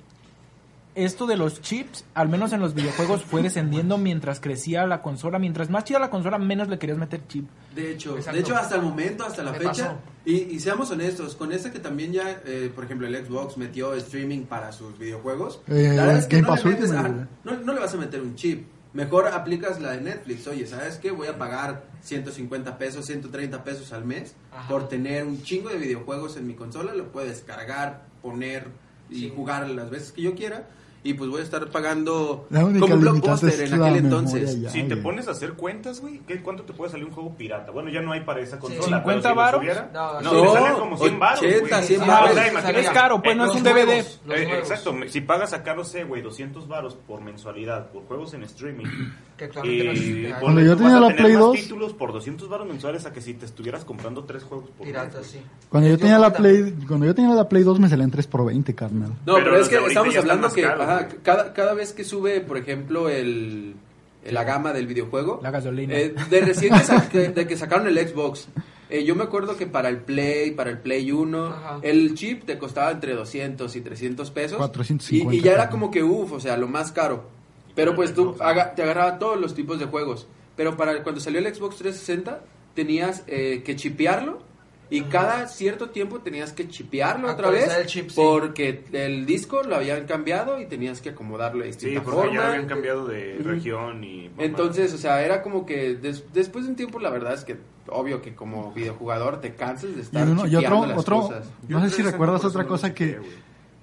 E: esto de los chips, al menos en los videojuegos, fue descendiendo mientras crecía la consola. Mientras más chida la consola, menos le querías meter chip.
B: De hecho,
C: Exacto.
B: de hecho hasta el momento, hasta la
C: Me pasó.
B: fecha. Y, y seamos honestos, con este que también ya, eh, por ejemplo, el Xbox metió streaming para sus videojuegos.
F: Eh,
B: la verdad es que
F: Game
B: no
F: Pass
B: le, metes
F: Ultimate,
B: a-
F: güey.
B: no, no le vas a meter un chip. Mejor aplicas la de Netflix. Oye, ¿sabes qué? Voy a pagar 150 pesos, 130 pesos al mes
C: Ajá.
B: por tener un chingo de videojuegos en mi consola. Lo puedo descargar, poner y
C: Sí.
B: jugar las veces que yo quiera. Y pues voy a estar pagando
F: La única
B: como
F: limitante es
B: blockbuster en
F: la
B: aquel
F: memoria
B: entonces.
F: Ya,
D: si te
F: güey.
D: pones a hacer cuentas, güey, ¿qué- ¿cuánto te puede salir un juego pirata? Bueno, ya no hay para esa consola.
E: ¿cincuenta
D: pero si lo
E: varos?
D: subiera-
C: No,
D: No,
C: no.
D: le salen como 100 varos, güey.
B: 80, 100
D: Ah,
B: varos.
D: o sea,
B: Es
D: imagínate-
E: caro, pues, no es
D: los
E: un DVD.
D: nuevos,
C: Los
D: eh,
C: nuevos.
D: exacto, me- si pagas acá, no sé, güey, 200 varos por mensualidad, por juegos en streaming.
C: Que actualmente no
D: y
C: existe.
F: Cuando yo
D: tú
F: tenía
D: vas a
F: la
D: tener
F: Play
D: más
F: 2.
D: títulos por 200 varos mensuales a que si te estuvieras comprando tres juegos por mes,
C: Piratas,
D: güey.
C: sí.
F: Cuando
E: Eh,
F: yo tenía la
C: ahorita-
F: Play, cuando yo tenía la Play 2 me salían 3 por 20, carnal.
B: No,
D: Pero
B: pero,
D: los
B: es que
D: de ahorita
B: estamos
D: ya están
B: hablando
D: más
B: que
D: caros,
B: ajá,
D: güey.
B: cada, cada vez que sube, por ejemplo, el, la gama del videojuego.
E: La gasolina.
B: eh, de recién que, sa- que- de que sacaron el Xbox. eh, yo me acuerdo que para el Play, para el Play 1,
C: Ajá.
B: el chip te costaba entre 200 y 300 pesos.
F: 450,
B: Y, y ya era
F: creo.
B: como que, uff, o sea, lo más caro. Pero pues tú aga- te agarraba todos los tipos de juegos. Pero para el- cuando salió el Xbox 360, tenías eh, que chipearlo. Y cada cierto tiempo tenías que chipearlo otra
C: Actualizar
B: vez
C: el chip, sí.
B: porque el disco lo habían cambiado y tenías que acomodarlo de
D: Sí,
B: distinta
D: porque ya lo habían
B: forma.
D: cambiado de región y... mamá.
B: Entonces, o sea, era como que des- después de un tiempo, la verdad es que obvio que como videojugador te cansas de
F: Y,
B: estar
F: uno, y otro,
B: chipeando las
F: otro
B: cosas.
D: Yo
F: no sé si
D: creo que
F: recuerdas
D: por eso
F: otra
D: no lo
F: cosa
D: chequeé,
F: que,
D: güey.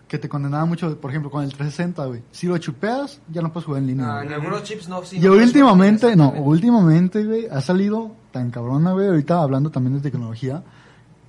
F: que te condenaba mucho, por ejemplo, con el 360, güey. Si lo chupeas, ya no puedes jugar en línea.
C: Ah,
F: güey.
C: en algunos chips no. sí,
F: y
C: no puedes
F: últimamente,
C: jugar,
F: no,
C: exactamente.
F: últimamente, güey, ha salido tan cabrona, güey, ahorita hablando también de tecnología,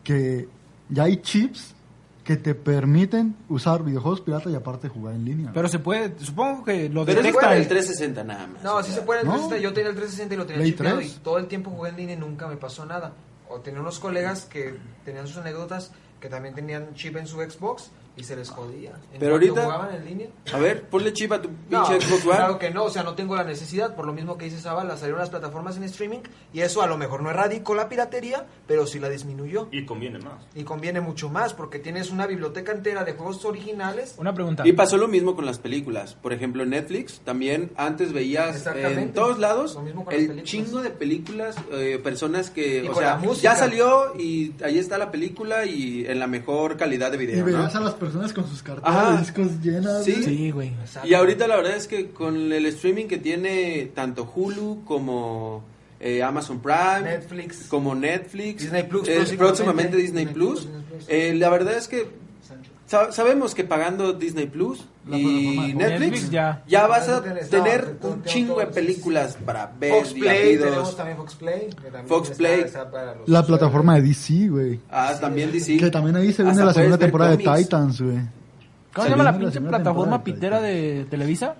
F: que ya hay chips que te permiten usar videojuegos pirata y aparte jugar en línea.
E: Pero se puede, supongo que lo
B: Pero eso
E: detecta
B: para el
E: el
B: 360 nada más.
C: No,
B: o
C: sí
B: sea.
C: se puede. el
F: ¿No?
C: 360, Yo tenía el 360 y lo tenía
F: Play
C: chipeado
F: 3.
C: y todo el tiempo jugué en línea y nunca me pasó nada. O tenía unos colegas que tenían sus anécdotas que también tenían chip en su Xbox y se les jodía. En
B: Pero
C: cuanto
B: ahorita-
C: jugaban en línea.
B: A ver, ponle chip a tu
C: No,
B: pinche Xbox One.
C: claro que no, o sea, no tengo la necesidad, por lo mismo que dice Zavala, salieron las plataformas en streaming y eso a lo mejor no erradicó la piratería, pero sí la disminuyó.
D: Y conviene más.
C: Y conviene mucho más porque tienes una biblioteca entera de juegos originales.
E: Una pregunta.
B: Y pasó lo mismo con las películas. Por ejemplo, Netflix también antes veías
C: Exactamente.
B: en todos lados
C: Lo mismo con las
B: el
C: películas.
B: chingo de películas, eh, personas que
C: Y
B: o
C: con la
B: sea,
C: música.
B: ya salió y ahí está la película y en la mejor calidad de
F: y
B: video. ¿no?
F: veías a las personas con sus cartas
B: Ajá.
F: de discos llenas,
B: Sí.
F: güey.
E: Sí, güey.
B: Y ahorita la verdad es que con el streaming que tiene tanto Hulu como eh, Amazon Prime,
C: Netflix.
B: como Netflix,
C: Disney Plus,
B: eh,
C: próximamente.
B: próximamente Disney,
C: Disney
B: Plus,
C: Plus, Disney Plus.
B: eh, la verdad es que sa- sabemos que pagando Disney Plus
F: La plataforma
B: y
F: de
B: Netflix,
E: Netflix ya.
B: ya. vas a
C: No, no,
B: tener
C: no,
B: un
C: no,
B: chingo
C: no,
B: de
C: no,
B: películas para ver,
C: Fox Play, tenemos
B: divertidos.
C: también Fox Play. que también
B: Fox
C: está-
B: Play.
C: está para los
F: La
C: usuarios.
F: plataforma de DC, güey.
B: Ah, también DC.
F: Que también ahí se viene
B: Hasta
F: la segunda
B: puedes ver
F: temporada de
B: cómics.
F: Titans, güey.
E: ¿Cómo se
F: Se
E: llama la
F: viene
E: pinche
F: segunda
E: plataforma
F: temporada
E: pitera
F: Titans.
E: de Televisa?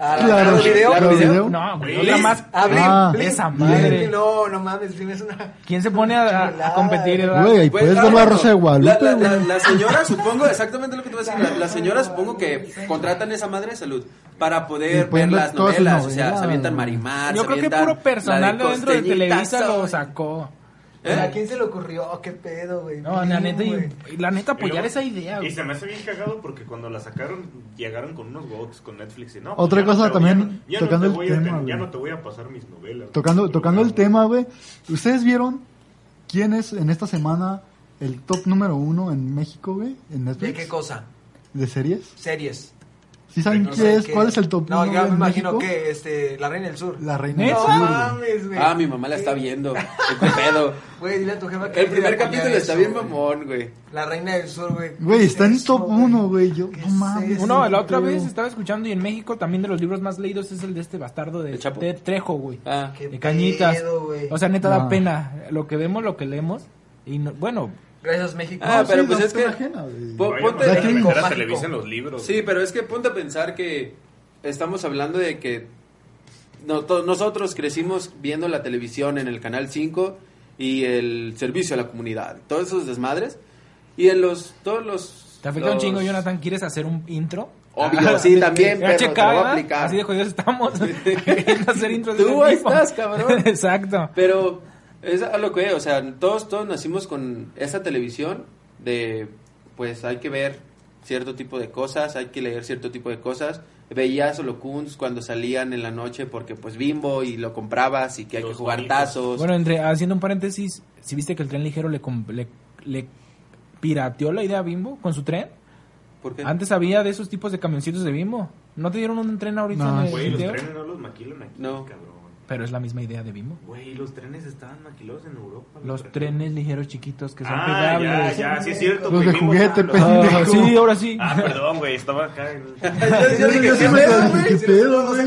C: Ah, la-
F: Claro,
C: ¿el video?
F: claro,
B: ¿Video?
F: video.
E: No, güey.
D: Blitz.
E: La más
C: Ah, Blim,
F: Ah,
C: Blim,
E: esa
C: Blim,
E: madre.
C: No, no mames, Blim es una.
E: ¿Quién se pone a, a- a competir? edad?
F: Güey, ahí
B: Pues,
F: puedes
B: ah,
F: ver la
B: bueno,
F: Rosa de
B: la-
F: Guadalupe,
B: la, la-
F: güey.
B: la señora, supongo, exactamente lo que te voy a decir. La, la señora, supongo que contratan esa madre de salud para
F: Y
B: poder ver
F: pueden ver
B: las
F: todas sus
B: novelas. O sea,
F: novelas,
B: se avientan
F: güey.
B: Marimar.
E: Yo
B: se
E: creo que
B: avientan
E: puro personal
B: la
E: dentro de
B: Costeñita,
E: Televisa lo
B: soy.
E: sacó.
B: ¿Eh?
F: Pues
C: ¿A quién se le ocurrió? Oh, qué pedo, güey.
E: No, la neta, y-
C: Güey.
E: y la neta pues, apoyar
D: luego-
E: esa idea,
D: Y
E: güey.
D: se me hace bien cagado porque cuando la sacaron llegaron con unos bots con Netflix y no. pues
F: Otra
D: ya no
F: cosa
D: te-
F: también,
D: ya no- ya no
F: tocando el
D: te voy a
F: tema,
D: ten- Ya
F: güey.
D: no te voy a pasar mis novelas.
F: Tocando,
D: güey.
F: tocando el
D: No,
F: tema, güey. ¿Ustedes vieron quién es en esta semana el top número uno en México, güey? En
C: ¿De
F: Netflix.
C: qué cosa?
F: ¿De series?
C: Series.
F: ¿Sí saben
C: No
F: qué
C: sé
F: es?
C: qué.
F: ¿Cuál es el top
C: No,
F: uno
C: yo me
F: en
C: imagino
F: México?
C: que este, La Reina del Sur.
F: La Reina del
E: ¿Neta?
C: No
F: Sur, güey.
C: mames, güey.
B: Ah, mi mamá la está viendo. ¿Qué pedo?
C: Güey, dile a tu jefa que
B: El
C: no
B: primer
C: quiera cambiar
B: capítulo está
C: eso,
B: bien
C: güey.
B: mamón, güey.
C: La Reina del Sur, güey.
F: Güey, está en
C: Eso,
F: top uno, güey. Yo,
C: ¿Qué
F: no
C: es
F: mames.
C: eso?
E: No, la otra
F: Creo.
E: vez estaba escuchando y en México también de los libros más leídos es el de este bastardo de,
B: El Chapo.
E: de Trejo, güey.
B: Ah.
C: Qué
E: de cañitas.
C: pedo, güey.
E: o sea, neta da
F: No.
E: pena. Lo que vemos, lo que leemos. Y no- bueno,
C: Gracias, México.
B: Ah, pero
F: sí,
B: pues
F: no,
B: es que.
F: pena ajena, güey.
B: po-
D: Vaya,
B: ponte-
D: vaya
F: Ya
D: a meter
F: tengo
D: a
C: mágico.
D: Televisa en los libros.
B: Sí,
D: güey.
B: pero es que ponte a pensar que estamos hablando de que no- to- nosotros crecimos viendo la televisión en el Canal 5 y el servicio a la comunidad, todos esos desmadres. Y en los, todos los
E: Te afecta un
B: Los-
E: chingo, Jonathan. ¿Quieres hacer un intro? Ah,
B: Obvio, sí, también, pero
E: Ya
B: te lo voy a
E: checaba,
B: aplicar.
E: Así de jodidos estamos. Queriendo hacer intros
B: Tú
E: de ese
B: ahí
E: tipo.
B: estás, cabrón.
E: Exacto.
B: Pero es a lo que veo, o sea, todos, todos nacimos con esa televisión de, pues hay que ver cierto tipo de cosas, hay que leer cierto tipo de cosas. Veías solo Kunz cuando salían en la noche porque pues bimbo y lo comprabas y que hay
D: Los
B: que jugar
D: bonitos.
B: tazos.
E: Bueno, entre, haciendo un paréntesis, si viste que el tren ligero le, com- le, le pirateó la idea a Bimbo con su tren.
B: ¿Por qué?
E: Antes había de esos tipos de camioncitos de Bimbo. ¿No te dieron un tren ahorita?
F: No,
E: en el
D: Güey, los
E: sentido?
D: trenes no los maquilan aquí,
B: No.
D: cabrón.
E: Pero es la misma idea de Bimbo.
D: Güey, los trenes estaban maquilados en Europa.
E: Los trenes ligeros chiquitos que son
D: Ah, ya,
E: pegables.
D: ya, sí es cierto.
F: Los
D: güey,
F: de
D: vimos-
F: juguete, pues.
D: ah, los-
F: pendejo.
E: Ah, sí, ahora sí.
D: Ah, perdón, güey, estaba acá.
F: Yo- yo sí me quedé, güey, ¿qué pedo, güey?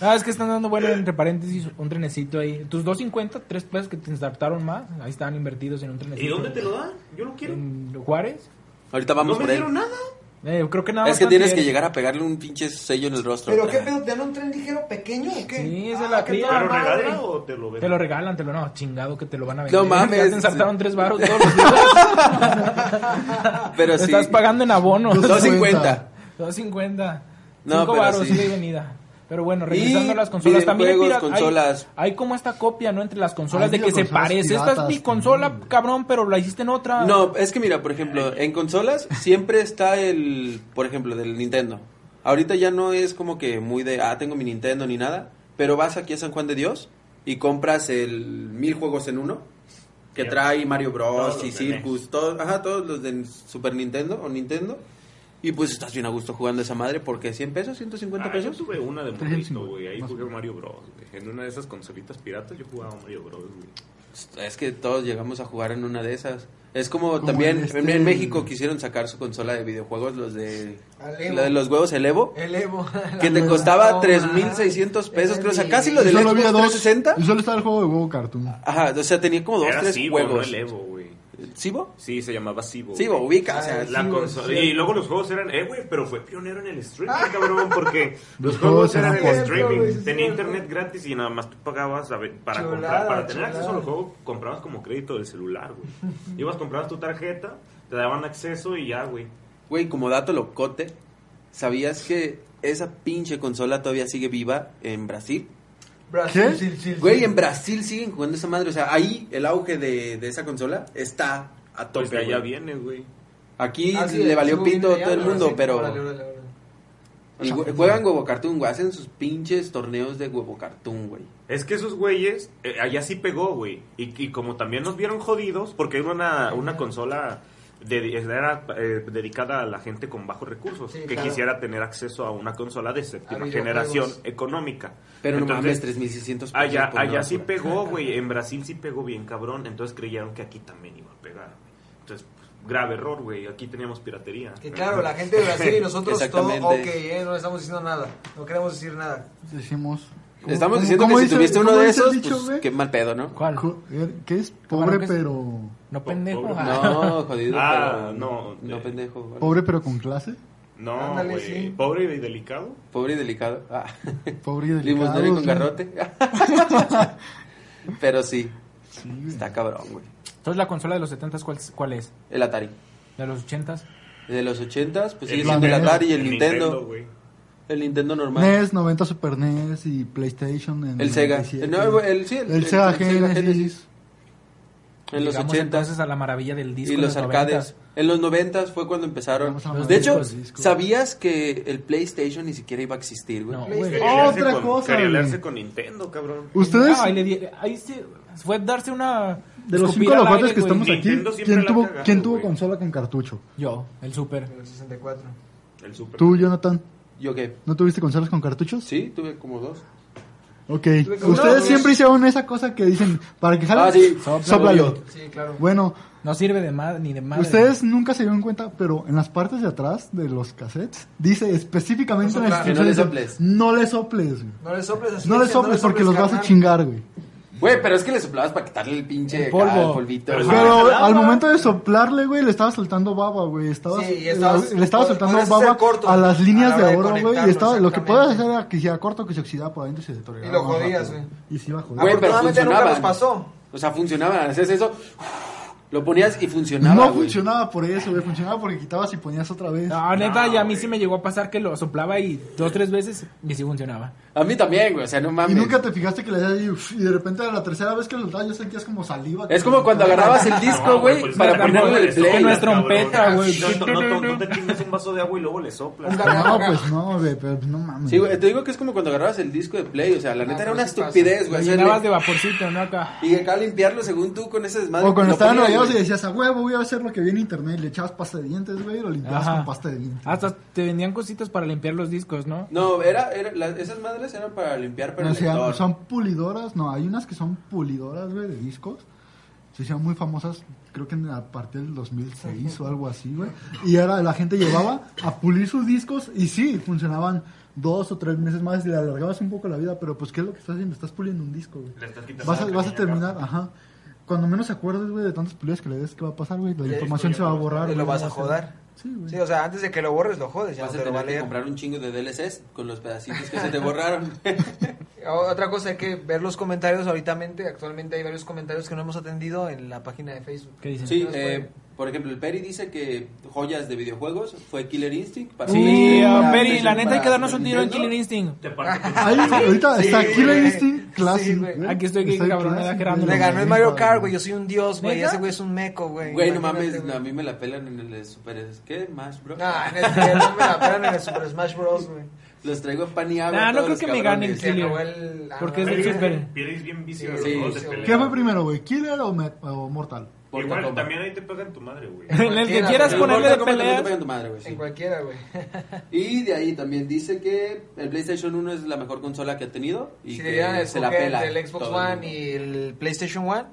E: Ah, es que están dando bueno entre paréntesis un trenecito ahí. Tus 2.50, tres pesos que te ensartaron más, ahí estaban invertidos en un trenecito.
D: ¿Y dónde te lo dan? Yo lo quiero.
E: En Juárez.
B: Ahorita vamos
D: no me
B: por él.
D: dieron nada.
E: Eh, creo que nada
B: Es
E: más
B: que tienes
E: antier-
B: que llegar a pegarle un pinche sello en el rostro.
C: Pero qué pedo, ¿te dan un tren ligero pequeño o qué? Ah,
E: Sí, esa es la
C: qué
E: cría.
D: ¿Te lo
C: mamada.
D: regalan o te lo venden?
E: Te lo regalan, te lo no, chingado que te lo van a vender.
B: No mames.
E: Ya te ensartaron tres baros todos los días.
B: Pero
E: Te
B: sí.
E: Estás pagando en abono.
B: 250.
E: 250.
B: No,
E: 5
B: pero
E: baros,
B: sí.
E: ida y venida. Pero bueno,
B: Y
E: regresando a las consolas, también hay,
B: videojuegos,
E: pira- hay-
B: consolas.
E: hay como esta copia, ¿no? Entre las consolas
F: Hay
E: de que se
F: videoconsolas
E: parece. Esta es
F: piratas mm.
E: mi consola,
F: también.
E: cabrón, pero la hiciste en otra.
B: No, es que mira, por ejemplo, en consolas siempre está el, por ejemplo, del Nintendo. Ahorita ya no es como que muy de, ah, tengo mi Nintendo ni nada, pero vas aquí a San Juan de Dios y compras el mil juegos en uno que
D: Ya.
B: trae Mario
D: Todos
B: Bros
D: los
B: y
D: de E
B: Circus, todos, ajá, todos los de Super Nintendo o Nintendo. Y pues estás bien a gusto jugando esa madre porque 100 pesos, 150
D: Ah, yo
B: pesos.
D: tuve una de
F: 350,
D: morrito, güey. Ahí
F: más o
D: jugué Mario Bros. güey. En una de esas consolitas piratas yo jugaba Mario Bros, güey.
B: Es que todos llegamos a jugar en una de esas. Es como,
F: Como
B: también
F: el este-
B: en, en México quisieron sacar su consola de videojuegos, los de,
C: Al Evo. Eh.
B: la de los huevos, el Evo.
C: El Evo.
B: Que te
C: La
B: costaba
C: broma.
B: 3,600 pesos, creo, o sea, casi lo
F: Y
B: del
F: solo
B: Xbox Ah.
F: había dos.
B: 360.
F: Y solo estaba el juego de huevo cartoon.
B: Ajá, o sea, tenía como dos,
D: Era
B: tres
D: Sibo, no
B: juegos.
D: el Evo, güey.
B: ¿Sibo?
D: Sí, se llamaba Sibo.
B: Sibo,
D: güey.
B: ubica, o
C: Ah,
B: sea,
C: sí,
D: La
C: güey,
D: consola.
C: sí.
D: Y luego los juegos eran, eh, güey, pero fue pionero en el
B: Ah.
D: streaming, cabrón, porque los
F: Los
D: juegos
F: juegos
D: eran
F: eran
D: en
F: por-
C: Cierto,
D: streaming.
C: güey,
D: Tenía
C: sí,
D: internet
C: cierto.
D: gratis y nada más tú pagabas a ver, para
C: Chulada,
D: comprar, para tener
C: chulada.
D: acceso al juego, comprabas como crédito del celular, güey. Ibas, comprabas tu tarjeta, te daban acceso y ya, güey.
B: Güey, como dato locote, ¿sabías que esa pinche consola todavía sigue viva en Brasil?
C: Brasil,
F: ¿Qué?
C: sí, sí, sí.
B: Güey, en Brasil siguen jugando esa madre, o sea, ahí el auge de, de esa consola está a tope.
D: Pues de allá
B: güey.
D: viene, güey.
B: Aquí
C: Ah, sí,
B: le valió
C: estuvo
B: pito a
C: bien
B: todo el
C: allá,
B: mundo,
C: sí,
B: pero...
C: órale, órale, órale.
B: Y jue- juegan huevo cartoon, güey. Hacen sus pinches torneos de huevo cartoon, güey.
D: Es que esos güeyes, eh, allá sí pegó, güey. Y, y como también nos vieron jodidos, porque era una, una consola de, era, eh, dedicada a la gente con bajos recursos,
C: Sí,
D: que
C: claro.
D: quisiera tener acceso a una consola de séptima
C: videojuegos.
D: generación económica.
B: Pero no mames,
D: Entonces,
B: 3600 pesos.
D: Allá,
B: por una
D: allá sí
B: basura.
D: pegó, güey. En Brasil sí pegó bien, cabrón. Entonces creyeron que aquí también iba a pegar. güey. Entonces, pues, grave error, güey. Aquí teníamos piratería.
C: Que claro, la gente de Brasil y nosotros todo,
B: Exactamente.
C: ok, eh, no estamos diciendo nada, no queremos decir nada.
F: Decimos.
B: Estamos
F: ¿cómo-
B: diciendo que
F: cómo
B: si
F: dice-
B: tuviste uno
F: cómo
B: de
F: dice el
B: esos,
F: dicho,
B: pues
F: güey?
B: qué mal pedo, ¿no?
E: ¿Cuál?
F: Jo- Que es
E: Camarón
F: pobre
E: que es-
F: pero.
E: No pendejo.
D: pobre.
B: No, jodido.
D: Ah,
B: pero-
D: no,
B: No,
D: eh,
B: pendejo. güey.
F: Pobre pero con clase.
D: No,
C: Ándale,
D: güey.
C: sí.
D: Pobre y delicado.
B: Pobre y delicado. Ah.
F: Pobre y delicado.
B: Limonero y con
F: sí.
B: garrote. pero sí,
F: Sí, güey.
B: está cabrón, güey.
E: Entonces, la consola de los 70s, ¿cuál, cuál es?
B: El Atari.
E: ¿De los 80s?
B: De los 80s, pues
D: El
B: sigue siendo el
F: Nintendo.
B: Atari y el Nintendo.
D: güey.
B: El Nintendo normal.
F: NES, 90 E Super NES y PlayStation. En
B: El Sega.
F: 97.
B: No, güey, el- sí, el-
F: el,
B: el-
F: Sega
B: el Sega Genesis.
F: Genesis.
B: En los
E: Llegamos
B: 80s.
E: entonces a la maravilla del disco.
B: y
E: en
B: los arcades.
E: 90s.
B: En los 90 fue cuando empezaron.
F: Vamos a hablar
B: De
F: de
B: hecho,
F: discos, discos.
B: ¿sabías que el PlayStation ni siquiera iba a existir, Ah, güey?
E: No,
C: PlayStation.
E: güey.
D: Quería aliarse
F: Pues, Otra
D: con-
F: cosa,
D: Quería
F: güey.
D: aliarse con Nintendo, cabrón.
F: Ustedes,
E: Ah, ahí, le di- ahí se- fue darse una.
F: de los
E: escupir
F: cinco
E: al
F: alojotes
E: aire,
F: que
E: güey.
F: estamos aquí,
D: Nintendo siempre la
F: ¿quién
D: ha
F: tuvo,
D: cagado,
F: ¿quién tuvo
D: güey.
F: consola con cartucho?
E: Yo, el
B: Oh.
E: super.
C: En el 64.
D: El Super.
F: Tú, Jonathan,
B: ¿Yo qué?
F: ¿no tuviste consolas con cartuchos?
B: Sí, tuve como dos.
F: Ok.
C: Tuve como-
F: Ustedes
C: No,
F: siempre hicieron esa cosa que dicen, para que jale,
B: Ah, sí.
F: sóplalo.
C: Sí, claro.
F: Bueno,
E: No sirve de más ni de más.
F: ustedes nunca se dieron cuenta, pero en las partes de atrás de los cassettes, dice específicamente
C: No
F: en las
C: soplar.
B: Que no le
F: instrucciones,
B: soples.
F: no le soples. güey.
C: No le soples así.
F: No le soples porque los vas a
C: carnal.
F: chingar, güey.
B: Güey, pero es que le soplabas para quitarle el pinche
E: El polvo.
B: acá, el polvito.
D: Pero
B: güey.
D: sí.
F: Pero
D: jalaba.
F: al momento de soplarle, güey, le estaba soltando baba, güey. Estabas-
C: Sí, y estabas-
F: le estaba
C: pod-
F: soltando
C: podías
F: baba
C: hacer corto
F: a las líneas
C: a la hora
F: de
C: de
F: oro, güey. Y
C: conectarlo,
F: estaba, lo que podías
C: exactamente.
F: hacer era que hiciera corto, que se oxidaba por adentro y se deterioraba.
C: Y lo
F: más
C: jodías,
F: rápido.
C: güey.
F: Y se iba a joder.
B: Güey, pero
C: Afortunadamente nunca
B: funcionaban.
C: nos pasó.
B: O sea, funcionaban. Hacías eso Lo ponías y funcionaba.
F: No
B: güey.
F: funcionaba por eso, güey. Funcionaba porque quitabas y ponías otra vez.
G: No, neta, ya a mí sí me llegó a pasar que lo soplaba y dos tres veces y sí funcionaba.
B: A mí también, güey. O sea, no
F: Y
B: mames.
F: nunca te fijaste que le hacías y, uf, y de repente a la tercera vez que lo dabas ya sentías como saliva.
B: Es como cuando agarrabas el disco,
D: No,
B: güey,
D: pues,
B: para
D: no,
B: ponerlo
D: no,
B: en
D: no,
B: el play.
D: no,
G: no es trompeta,
D: cabrón. Ah,
G: güey.
D: No, no, no, no te chingas un vaso de agua y luego le soplas.
F: No, pues no, güey, pero no mames.
B: Sí, güey, te digo que es como cuando agarrabas el disco de play, o sea, la neta era
C: pero
B: una
C: sí pasa.
B: estupidez,
G: Lo
B: güey.
G: llenabas de
B: hacerle-
G: vaporcito, ¿no? Acá.
B: Y acá limpiarlo según tú con ese desmadre.
F: O cuando
B: Lo
F: estaban
B: ponías,
F: rayados y
B: güey.
F: decías, a huevo, voy a hacer lo que vi en internet. Y le echabas pasta de dientes, güey, y lo limpiabas
G: Ajá.
F: con pasta de dientes.
G: Hasta te vendían cositas para limpiar los discos, ¿no?
B: No, era, era, las- esas madres eran para limpiar, pero
F: No,
B: el
F: o sea,
B: lector.
F: son pulidoras, no, hay unas que son pulidoras, güey, de discos. Se hicieron muy famosas, creo que en- a partir del 2006 o algo así, güey. Y ahora la gente llevaba a pulir sus discos y sí, funcionaban dos o tres meses más y le alargabas un poco la vida, pero pues, ¿qué es lo que estás haciendo? Estás puliendo un disco, güey.
D: Le estás quitando
F: Vas a,
D: la
F: vas a
D: cariña,
F: terminar, ajá. Cuando menos acuerdes, güey, de tantas pulidas que le des, ¿qué va a pasar, güey? La
C: El
F: información se va a borrar.
C: Y lo
F: güey,
C: vas
F: no
C: a
F: va ser-
C: joder.
F: Sí, güey.
C: Sí, o sea, antes de que lo borres, lo jodes, ya
B: Vas
C: no
B: a
C: te lo va a
B: tener que
C: leer.
B: comprar un chingo de DLCs con los pedacitos que se te borraron.
C: O- Otra cosa, hay que ver los comentarios ahorita. Actualmente hay varios comentarios que no hemos atendido en la página de Facebook.
G: ¿Qué dicen?
B: sí,
C: Entonces,
B: eh, por ejemplo, el Peri dice que joyas de videojuegos fue Killer Instinct. para-
G: Sí,
B: para
G: ah, Peri,
B: PlayStation,
G: la neta hay
B: para
G: que darnos un tiro en
B: Nintendo.
G: Killer Instinct.
D: Te parte tu-
F: Ahí, ahorita está
C: Sí,
F: Killer
C: güey.
F: Instinct Classic.
C: Sí, güey.
F: güey.
G: Aquí estoy bien
F: Está en
G: cabrón,
F: Classic,
G: era Gerardo.
F: güey.
C: Me ganó el Mario
F: Está-
C: Kart, güey. Yo soy un dios, güey.
G: ¿Neta?
C: Ese güey es un meco, güey.
B: Güey, no
C: Imagínate,
B: mames,
C: güey. Ah.
B: a mí me la pelan en el Super... ¿Qué? ¿Smash Bros?
C: Nah, en el- no me la pelan en el Super Smash Bros, güey.
B: Los traigo en pan y agua.
G: Nah, no creo
B: todos
G: que me
B: los
G: ganen,
B: cabrones.
C: Se
G: Killer.
C: acabó el- ah,
G: Porque
C: no,
G: es del
C: no,
G: Super.
C: no.
D: Pierdes bien vicio.
B: Sí,
D: los dos de
B: sí,
D: pelea.
F: ¿Qué fue primero, güey? ¿Killer o, Met- o Mortal?
B: Por
D: Igual,
B: Capcom.
D: también ahí te pegan tu madre, güey.
G: En el que
C: Cualquiera,
G: quieras
B: El
C: güey.
G: ponerle de
B: Mortal Kombat también te
G: peleas.
B: pegan tu madre, güey, sí.
C: En cualquiera, güey.
B: Y de ahí también dice que el PlayStation 1 es la mejor consola que ha tenido y
C: Si debieran
B: que se la
C: escoger
B: pela.
C: entre el Xbox
B: todo el
C: One
B: mundo.
C: y el PlayStation One,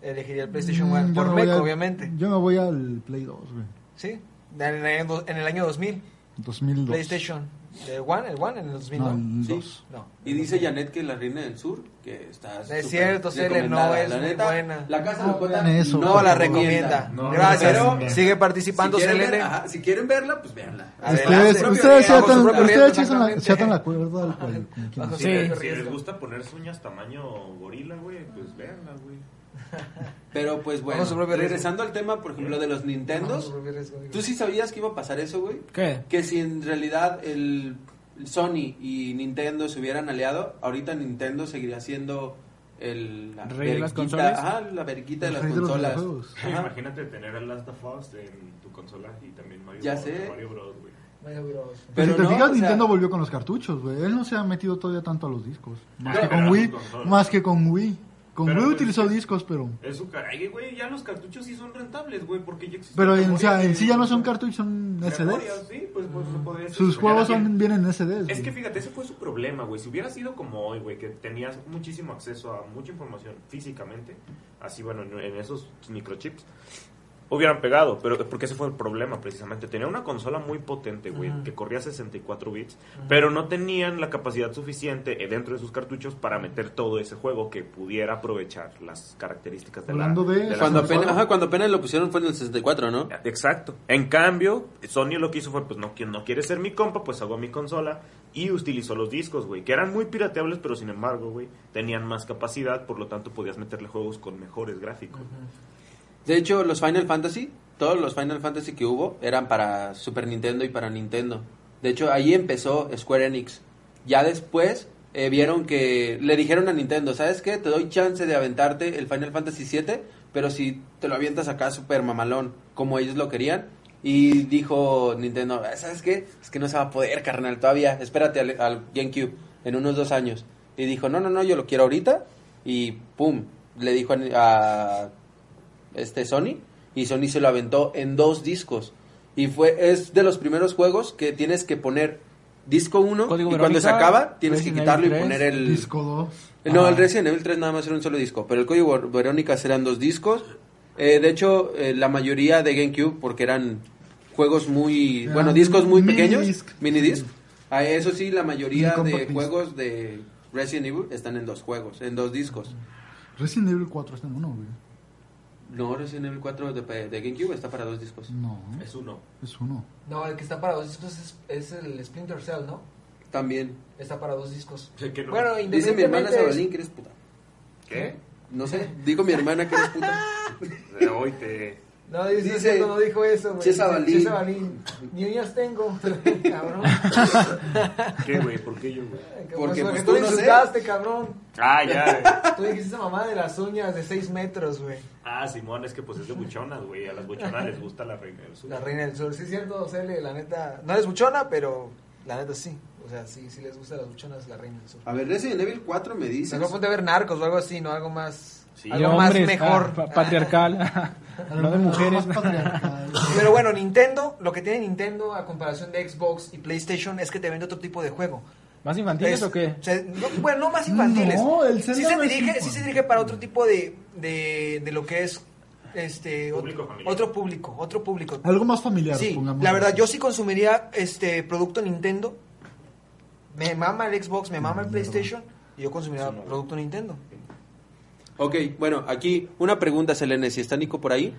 C: elegiría el PlayStation
F: Mm,
C: One.
F: yo
C: Por
F: me voy
C: meco,
F: al-
C: obviamente.
F: Yo me voy al Play 2, güey.
C: Sí. En el año do- en el año 2000.
F: 2002.
C: PlayStation. ¿El One? ¿El One en el 2000?
F: No,
C: No.
F: el
B: Sí.
F: 2.
C: No.
B: Y dice Janet que la reina del sur, que está. súper
C: cierto, Cele,
B: recomendada.
C: no es
B: la
C: muy
B: neta,
C: buena.
B: La casa
F: No
B: Locota
F: vean eso,
C: No la
B: recomienda.
C: recomienda.
D: No,
C: Gracias.
B: pero-
C: Sigue
B: Si
C: participando,
B: quieren, ver-
C: CLL.
B: ajá, si quieren verla, pues véanla.
F: Ustedes,
C: Adelante.
F: ustedes se
C: Bajo su
F: atan,
C: propio
F: ustedes
C: riesgo,
F: se atan la- se atan la
C: exactamente.
F: cuerda al cuello. como quien
C: Bajo
F: dice.
D: Si,
G: Sí.
D: les, si les
C: Riesgo.
D: gusta poner uñas tamaño gorila, güey, pues véanla, güey.
B: Pero pues bueno,
C: Bajo su propio riesgo.
B: regresando al tema, por ejemplo, de los
C: Bajo
B: Nintendos.
C: su propio riesgo, digo.
B: ¿Tú sí sabías que iba a pasar eso, güey?
G: ¿Qué?
B: Que si en realidad el Sony y Nintendo se hubieran aliado, ahorita Nintendo seguiría siendo el la
G: Rey de las
B: verguita-
G: consolas.
B: ajá, la verguita de
F: El
B: las
F: rey de los
B: consolas.
F: videojuegos. Pues
B: Ajá.
D: Imagínate tener a Last of Us en tu consola y también Mario,
B: Ya
D: Bros,
B: sé.
D: Mario Bros, güey.
C: Vaya, bros.
B: Pero no,
F: Pues si te
B: o
F: fijas,
B: sea-
F: Nintendo volvió con los cartuchos, güey. Él no se ha metido todavía tanto a los discos. Más
D: Pero-
F: que con Wii.
D: pero- pero-
F: Más que con Wii. Con
D: pero-
F: Wii utilizó discos, pero...
D: Es su caray, güey, ya los cartuchos sí son rentables, güey, porque ya existen.
F: Pero en, o
D: memorias
F: sea, en
D: de-
F: sí ya no son cartuchos, son
D: memorias,
F: SDs.
D: Sí, pues, pues, se podría decir.
F: Sus
D: Ya
F: juegos
D: tienen-
F: son, vienen en SDs.
D: Es que
F: güey.
D: fíjate, ese fue su problema, güey. Si hubiera sido como hoy, güey, que tenías muchísimo acceso a mucha información físicamente, así, bueno, en, en esos microchips, hubieran pegado, pero porque ese fue el problema precisamente. Tenía una consola muy potente, güey, que corría 64 bits, pero no tenían la capacidad suficiente eh, dentro de sus cartuchos para meter todo ese juego que pudiera aprovechar las características de la-
F: Hablando de-
D: la
B: Cuando
D: consola.
B: apenas, ajá, cuando apenas lo pusieron fue en el 64, ¿no?
D: Exacto. En cambio, Sony lo que hizo fue, pues no, quien no quiere ser mi compa, pues hago mi consola y utilizó los discos, güey, que eran muy pirateables, pero sin embargo, güey, tenían más capacidad, por lo tanto podías meterle juegos con mejores gráficos.
B: De hecho, los Final Fantasy, todos los Final Fantasy que hubo eran para Super Nintendo y para Nintendo. De hecho, ahí empezó Square Enix. Ya después eh, vieron que le dijeron a Nintendo, ¿sabes qué? Te doy chance de aventarte el Final Fantasy 7, pero si te lo avientas acá super mamalón, como ellos lo querían. Y dijo Nintendo, "Ah, ¿sabes qué? Es que no se va a poder, carnal, todavía. Espérate al, al GameCube en unos dos años. Y dijo, no, no, no, yo lo quiero ahorita. Y pum, le dijo a- a este Sony y Sony se lo aventó en dos discos y fue es de los primeros juegos que tienes que poner disco 1 y
G: Código
B: cuando se
G: Verónica,
B: acaba tienes que
G: Resident
B: quitarlo y
G: Evil
B: poner el
F: Disco 2.
B: no,
G: Ajá.
B: el Resident Evil 3 nada más era un solo disco, pero el código Ver- Verónica serán dos discos. Eh, de hecho, eh, la mayoría de GameCube, porque eran juegos muy.
F: Eran
B: bueno, discos muy
F: mini
B: pequeños,
F: disc.
B: mini disc. A eso sí, la mayoría
F: Mini compact
B: de
F: disc.
B: juegos de Resident Evil están en dos juegos, en dos discos.
F: Resident Evil 4 está en uno, güey.
B: No, Resident Evil 4 de, P- de GameCube está para dos discos.
F: No,
D: Es uno.
F: es uno.
C: No, el que está para dos discos es, es el Splinter Cell, ¿no?
B: También.
C: Está para dos discos.
D: Sí, que no.
C: Bueno,
B: Dice mi hermana
C: independientemente...
B: Sabalín que eres puta.
D: ¿Qué?
B: No sé, digo mi hermana que eres puta.
D: Eh, Hoy te...
C: No, Dios mío,
B: Dice,
C: cierto, no dijo eso, güey.
B: Chesa Balín.
C: Chesa Balín. Ni uñas tengo, cabrón.
D: ¿Qué, güey? ¿Por qué yo, güey?
B: Porque,
C: Como
B: pues,
C: tú
B: tú no sé.
C: insultaste, cabrón.
D: Ah, ya.
C: Tú dijiste esa mamá de las uñas de 6 metros, güey.
D: Ah, Simón, es que pues es de buchonas, güey. A las buchonas les gusta la reina del sur.
C: La reina del sur. Sí, es cierto, Cele, la neta. No eres buchona, pero la neta sí. O sea, sí, sí les gusta las buchonas, la reina del sur.
B: A ver, Resident Evil 4 me dices.
C: Mejor ponte a ver narcos o algo así, ¿no? Algo más.
D: Sí.
C: algo más
G: hombres,
C: mejor.
G: ah, pa- patriarcal. no de mujeres.
F: Más patriarcal.
C: Pero bueno, Nintendo, lo que tiene Nintendo a comparación de Xbox y PlayStation es que te vende otro tipo de juego.
G: ¿Más infantiles
C: Es-
G: o qué?
C: sea, no, bueno, no más infantiles.
F: No, el
C: sí se
F: Zelda no es
C: dirige, sí
F: infantil.
C: se dirige para otro tipo de, de, de lo que es este
D: Público
C: otro,
D: familiar.
C: otro público, otro público.
F: Algo más familiar,
C: Sí,
F: pongamos.
C: la verdad yo sí consumiría este producto Nintendo. Me mama el Xbox, me mama el PlayStation y yo consumiría producto Nintendo.
B: Ok, bueno, aquí una pregunta, Selene, si está Nico por ahí.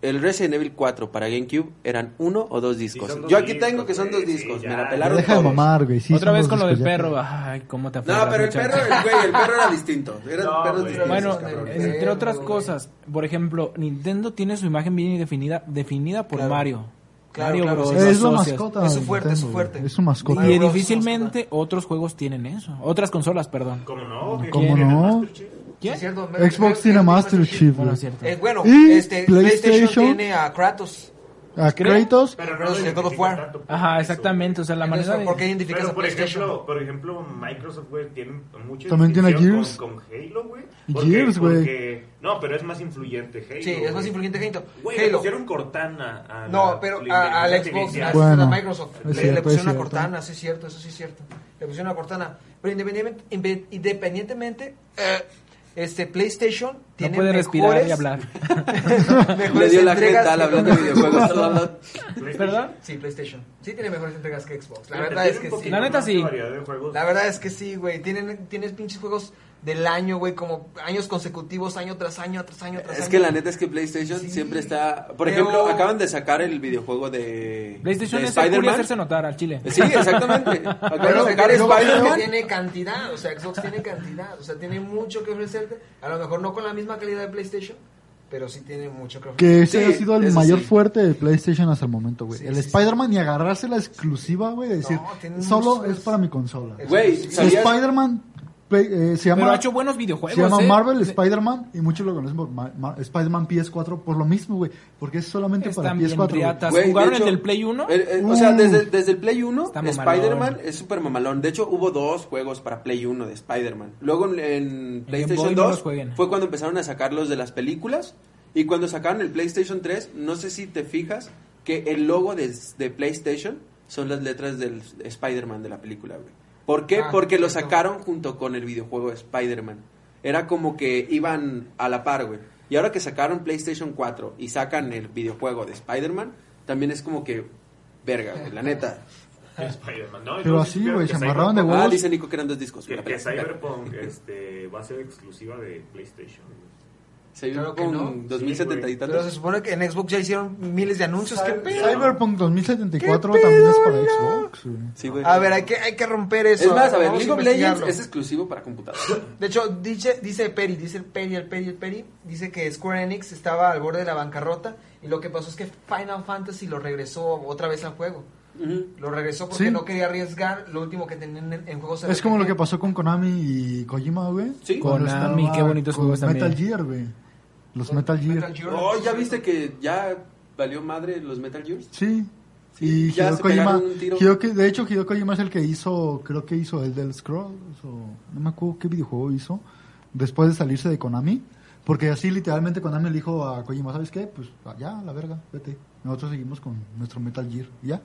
B: El Resident Evil 4 para GameCube eran uno o dos discos.
D: son dos
B: Yo aquí
D: discos,
B: tengo que son dos
D: güey, sí,
B: discos.
D: ya.
B: me la
F: Ya
B: pelaron
F: deja de
B: todos.
F: mamar, güey. sí,
G: Otra
F: son
G: vez
F: los
G: con lo del
F: discos, ya.
G: perro. Ay, cómo te aferras,
B: No, pero el
G: muchacho.
B: perro, el, güey, el perro era distinto. Eran
D: No,
B: perros
D: güey.
B: distintos,
G: Bueno,
B: cabrones.
C: eh,
G: entre otras
C: güey.
G: cosas, por ejemplo, Nintendo tiene su imagen bien definida, definida por
C: Claro.
G: Mario.
C: Claro,
G: Mario
C: claro,
G: Bros.
C: sí.
F: Es la
G: asocias.
F: mascota.
C: Es su
F: del
C: fuerte, es su
F: Nintendo,
C: fuerte.
F: güey. Es su mascota.
C: Mario
G: Y
C: Bros.
G: difícilmente otros juegos tienen eso. Otras consolas, perdón.
D: ¿Cómo no? ¿Qué
F: ¿Cómo
D: quieren?
F: no?
D: ¿El Master Chief?
C: ¿Es
G: ¿Quién?
C: cierto?
F: Xbox tiene Master Chief,
G: Bueno,
F: güey.
G: es cierto.
C: Eh, bueno,
F: ¿Y
C: este, PlayStation
F: PlayStation?
C: tiene a Kratos.
F: A
G: ¿Creo?
F: Kratos.
D: Pero no
C: Pero
D: lo
C: si
D: identifican
C: God of War.
D: tanto por
G: Ajá,
D: eso.
G: exactamente. O sea, la
C: Entonces,
G: manera de...
C: ¿Por qué identificas
D: Pero
C: a
D: por
C: PlayStation?
D: ejemplo, por ejemplo, Microsoft, güey, tiene mucha
F: También tiene
D: identificación
F: Gears.
D: Con, con Halo, güey.
F: Y
D: Porque-
F: Gears, güey.
D: porque- No, pero es más influyente Halo.
C: sí, es más
D: güey.
C: influyente Halo.
D: Güey, le
C: Halo.
D: pusieron Cortana a la
C: No, pero a, al
D: inteligencia
C: Xbox, a,
D: artificial.
F: Bueno,
C: a Microsoft.
F: es
C: Le- le,
F: cierto, es
C: pusieron a
F: cierto.
C: Cortana, sí es cierto, eso sí es cierto. Le pusieron a Cortana. Pero independientemente, inve- independientemente eh, este PlayStation
G: No
C: tiene
G: puede
C: mejores,
G: respirar y hablar.
C: mejores
B: Le dio la
C: entregas
B: jeta al
C: que-
B: hablando de videojuegos. todo hablando-
G: ¿Perdón?
C: Sí, PlayStation. Sí tiene mejores entregas que Xbox. La
D: Fíjate,
C: verdad
D: tiene
C: es
D: un
C: que sí.
D: poquito
G: La neta
D: más de
G: sí.
D: variedad de juegos.
C: La verdad es que sí, güey. Tienen, tienes pinches juegos del año, güey, como años consecutivos, año tras año, tras año, tras año.
B: Es que la neta es que PlayStation
C: Sí.
B: siempre está... Por
C: Pero-
B: ejemplo, acaban de sacar el videojuego de...
G: PlayStation
B: de
G: es el culo
B: Spider-Man.
G: hacerse notar al chile.
B: Sí, exactamente. Acaban
C: Pero
B: de sacar
C: Xbox
B: Spider-Man.
C: tiene cantidad, o sea, Xbox tiene cantidad, o sea, tiene mucho que ofrecerte. A lo mejor no con la misma calidad de PlayStation, pero sí tiene mucho que ofrecerte.
F: Que ese
B: Sí,
F: ha sido el
B: eso
F: mayor
B: sí.
F: fuerte de PlayStation hasta el momento, güey.
C: Sí,
F: el
C: sí, sí.
F: Spider-Man y agarrarse la exclusiva, güey. de Decir,
C: tienen
F: solo
C: muchos-
F: es para mi consola.
C: Eso
B: Güey,
C: sí.
B: ¿sabías?
F: Spider-Man pe- eh, se
G: Pero ha
F: llama,
G: hecho buenos videojuegos.
F: se llama
G: ¿eh?
F: Marvel Spider-Man y muchos lo conocen por Ma- Ma- Spider-Man PS4 por lo mismo, güey. Porque es solamente
G: Están
F: para
G: bien
F: PS4. güey.
G: riatas.
B: Güey, de
G: ¿Jugaron el
B: hecho,
G: del Play 1?
B: el- el- O sea,
F: Uh.
B: desde, desde el Play 1,
G: Está mamalón.
B: Spider-Man es súper mamalón. De hecho, hubo dos juegos para Play 1 de Spider-Man. Luego en, en
G: Boy
B: PlayStation
G: no los
B: 2
G: jueguen.
B: fue cuando empezaron a sacar los de las películas. Y cuando sacaron el PlayStation 3, no sé si te fijas que el logo de, de PlayStation son las letras del Spider-Man de la película, güey. ¿Por qué?
C: Ah,
B: Porque lo
C: cierto.
B: sacaron junto con el videojuego de Spider-Man. Era como que iban a la par, güey. Y ahora que sacaron PlayStation 4 y sacan el videojuego de Spider-Man, también es como que verga, güey, la neta.
D: Spider-Man, ¿no?
F: Pero
D: Yo
F: así,
D: creo
F: güey,
D: que
F: se amarraron de
D: Cyberpunk-
B: Ah,
F: huevos.
B: dice Nico que eran dos discos. güey,
D: Que,
B: la
D: que
B: pelea.
D: Cyberpunk este, va a ser exclusiva de PlayStation. güey.
B: Se vio
C: Claro que
B: con
C: no.
B: 2070 y
C: Pero se
B: tantos.
C: supone que en Xbox ya hicieron miles de anuncios. ¿Qué pedo?
F: Cyberpunk 2074 también es para Xbox, güey.
B: Sí, güey.
C: A ver, hay que, hay que romper eso.
B: Es más, a ver,
C: vamos
B: League of
C: investigarlo.
B: Legends es exclusivo para computadora.
C: De hecho, dice, dice Peri, dice el Peri, el Peri, el Peri, dice que Square Enix estaba al borde de la bancarrota y lo que pasó es que Final Fantasy lo regresó otra vez al juego.
B: Ujú.
C: Lo regresó porque
F: Sí.
C: no quería arriesgar lo último que tenían en, en juegos.
F: Es como lo que
C: RPG.
F: pasó con Konami y Kojima, güey.
B: Sí.
F: Cuando
G: Konami,
F: estaba
G: qué bonitos
F: con
G: juegos
F: Metal
G: también.
F: Gear, güey. Los Metal Gear.
C: Metal Gear.
B: Oh, ya viste que ya valió madre los Metal Gears.
F: Sí.
B: Sí,
F: Y
B: ya
F: Hideo
B: se
F: Kojima,
B: pegaron un tiro.
F: Hideo Ko- de hecho Hideo Kojima es el que hizo, creo que hizo el del Scrolls o no me acuerdo qué videojuego hizo después de salirse de Konami, porque así literalmente Konami le dijo a Kojima, ¿sabes qué? Pues ya, a la verga, vete. Nosotros seguimos con nuestro Metal Gear, ¿y ya.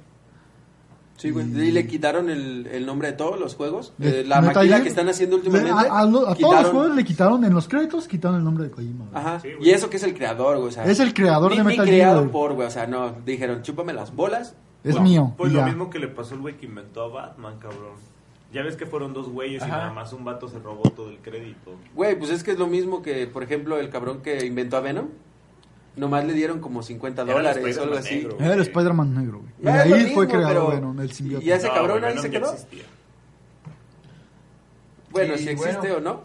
B: Sí, güey.
F: Mm.
B: Y le quitaron el, el nombre de todos los juegos.
F: De-
B: Eh, la
F: Metal
B: maquila
F: Gear-
B: que están haciendo
F: de-
B: últimamente.
F: A, a lo- a todos
B: quitaron-
F: los juegos le quitaron en los créditos, quitaron el nombre de Kojima. güey.
B: Ajá.
D: Sí, güey.
B: y eso que es el creador, güey. o sea,
F: Es el creador
B: ni-
F: de
B: ni
F: Metal Gear,
B: creado
F: güey.
B: por, güey. O sea, no. Dijeron, chúpame las bolas.
F: Es
D: No,
F: mío.
D: Pues
F: y
D: lo
F: ya.
D: mismo que le pasó al güey que inventó a Batman, cabrón. Ya ves que fueron dos güeyes y
G: Ajá.
D: nada más un vato se robó todo el crédito.
B: Güey, pues es que es lo mismo que, por ejemplo, el cabrón que inventó a Venom. Nomás le dieron como 50
D: Era el
B: dólares o algo
D: Spider-Man
B: así.
D: negro, güey.
F: Era el Spider-Man negro, güey. Y
B: Ah,
F: ahí
B: es lo
F: fue
B: mismo,
F: creado,
B: pero-
F: bueno, el simbionte.
B: Y ese
D: No,
B: cabrón
D: güey,
B: ahí se
D: ya
B: quedó.
D: existía.
B: Bueno,
C: Sí,
B: si
C: bueno.
B: existe o no,